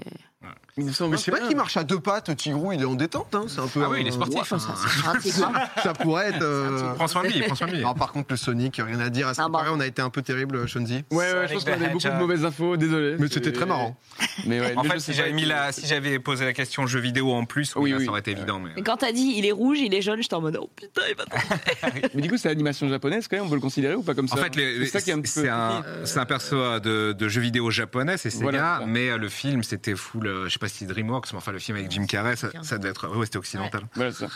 [SPEAKER 1] Mais c'est vrai qu'il marche à deux pattes, Tigrou, il est en détente. hein, C'est un peu.
[SPEAKER 6] Ah oui, il est
[SPEAKER 1] euh,
[SPEAKER 6] sportif.
[SPEAKER 1] ouais,
[SPEAKER 3] Ça, c'est un tigre. hein.
[SPEAKER 1] Ça pourrait être. euh,
[SPEAKER 6] Prends soin de lui, prends soin de lui.
[SPEAKER 1] Alors, par contre, le Sonic, rien à dire. À ce
[SPEAKER 3] Ah
[SPEAKER 1] qui
[SPEAKER 3] bon.
[SPEAKER 1] paraît, on a été un peu terrible, euh, Shonzi.
[SPEAKER 5] Ouais, ouais,
[SPEAKER 6] Sonic
[SPEAKER 5] je pense
[SPEAKER 6] the
[SPEAKER 5] qu'on avait beaucoup de
[SPEAKER 6] Hedgehog.
[SPEAKER 5] mauvaises infos, désolé.
[SPEAKER 1] Mais c'était très marrant.
[SPEAKER 5] Mais ouais,
[SPEAKER 6] En
[SPEAKER 5] le
[SPEAKER 6] fait,
[SPEAKER 5] jeu,
[SPEAKER 6] si
[SPEAKER 5] c'est
[SPEAKER 6] j'avais
[SPEAKER 5] vrai
[SPEAKER 6] mis
[SPEAKER 5] que-
[SPEAKER 6] la, si j'avais posé la question jeu vidéo en plus,
[SPEAKER 5] Oui,
[SPEAKER 6] oui, là,
[SPEAKER 5] oui.
[SPEAKER 6] ça aurait été évident. Mais...
[SPEAKER 3] Mais quand t'as dit il est rouge, il est jaune, j'étais en mode oh putain, il va tomber.
[SPEAKER 5] Mais du coup, c'est l'animation japonaise quand même, on peut le considérer ou pas comme ça
[SPEAKER 6] En fait, les-
[SPEAKER 5] c'est ça qui est un petit
[SPEAKER 6] c'est
[SPEAKER 5] peu-
[SPEAKER 6] un, c'est un perso euh, de, de jeu vidéo japonais, c'est Sega,
[SPEAKER 5] Voilà, c'est ça.
[SPEAKER 6] mais euh, le film c'était full, euh, je sais pas si DreamWorks, mais enfin le film avec Jim Carrey, ça, ça devait être, ouais, c'était occidental.
[SPEAKER 5] Voilà, c'est ça.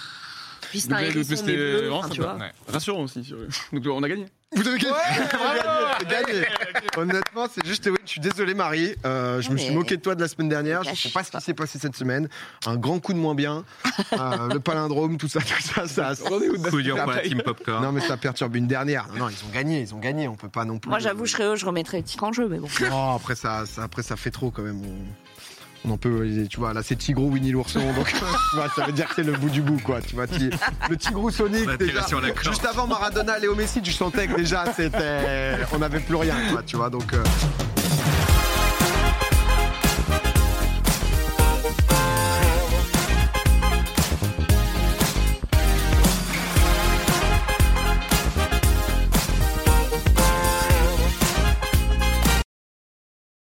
[SPEAKER 3] Puis c'est un
[SPEAKER 5] Le- le-
[SPEAKER 3] hérisson, mais
[SPEAKER 5] c'était
[SPEAKER 3] bleu,
[SPEAKER 5] vraiment
[SPEAKER 3] enfin, tu
[SPEAKER 5] sympa.
[SPEAKER 3] vois.
[SPEAKER 6] Ouais.
[SPEAKER 5] Rassurant aussi. sur le- Donc on a gagné.
[SPEAKER 1] Vous avez gagné Vous avez gagné. Honnêtement, c'est juste. oui, Je suis désolé, Marie. Euh, je
[SPEAKER 3] Non,
[SPEAKER 1] me suis
[SPEAKER 3] mais-
[SPEAKER 1] moqué de toi de la semaine dernière. Je ne sais
[SPEAKER 3] Cache
[SPEAKER 1] pas ce qui s'est passé cette semaine. Un grand coup de moins bien. Euh, le palindrome, tout ça, tout ça, ça. ça-
[SPEAKER 6] Coup dur pour la
[SPEAKER 1] Après-
[SPEAKER 6] team Popcorn.
[SPEAKER 1] Non, mais ça perturbe une dernière. Non, non, ils ont gagné, ils ont gagné. On peut pas non plus.
[SPEAKER 3] Moi, j'avoue, je serais eux, je remettrais le titre en jeu, mais bon.
[SPEAKER 1] Oh, après, ça, ça- après, ça fait trop quand même. On, on en peut. euh, Tu vois, là, c'est Tigrou, Winnie l'ourson. Donc, tu vois, ça veut dire que c'est le bout du bout, quoi. Tu vois, ti- le Tigrou Sonic.
[SPEAKER 6] La
[SPEAKER 1] Déjà,
[SPEAKER 6] tiration à la corde.
[SPEAKER 1] juste avant Maradona, Léo Messi, tu sentais que déjà, c'était. On n'avait plus rien, quoi. Tu vois, donc. euh,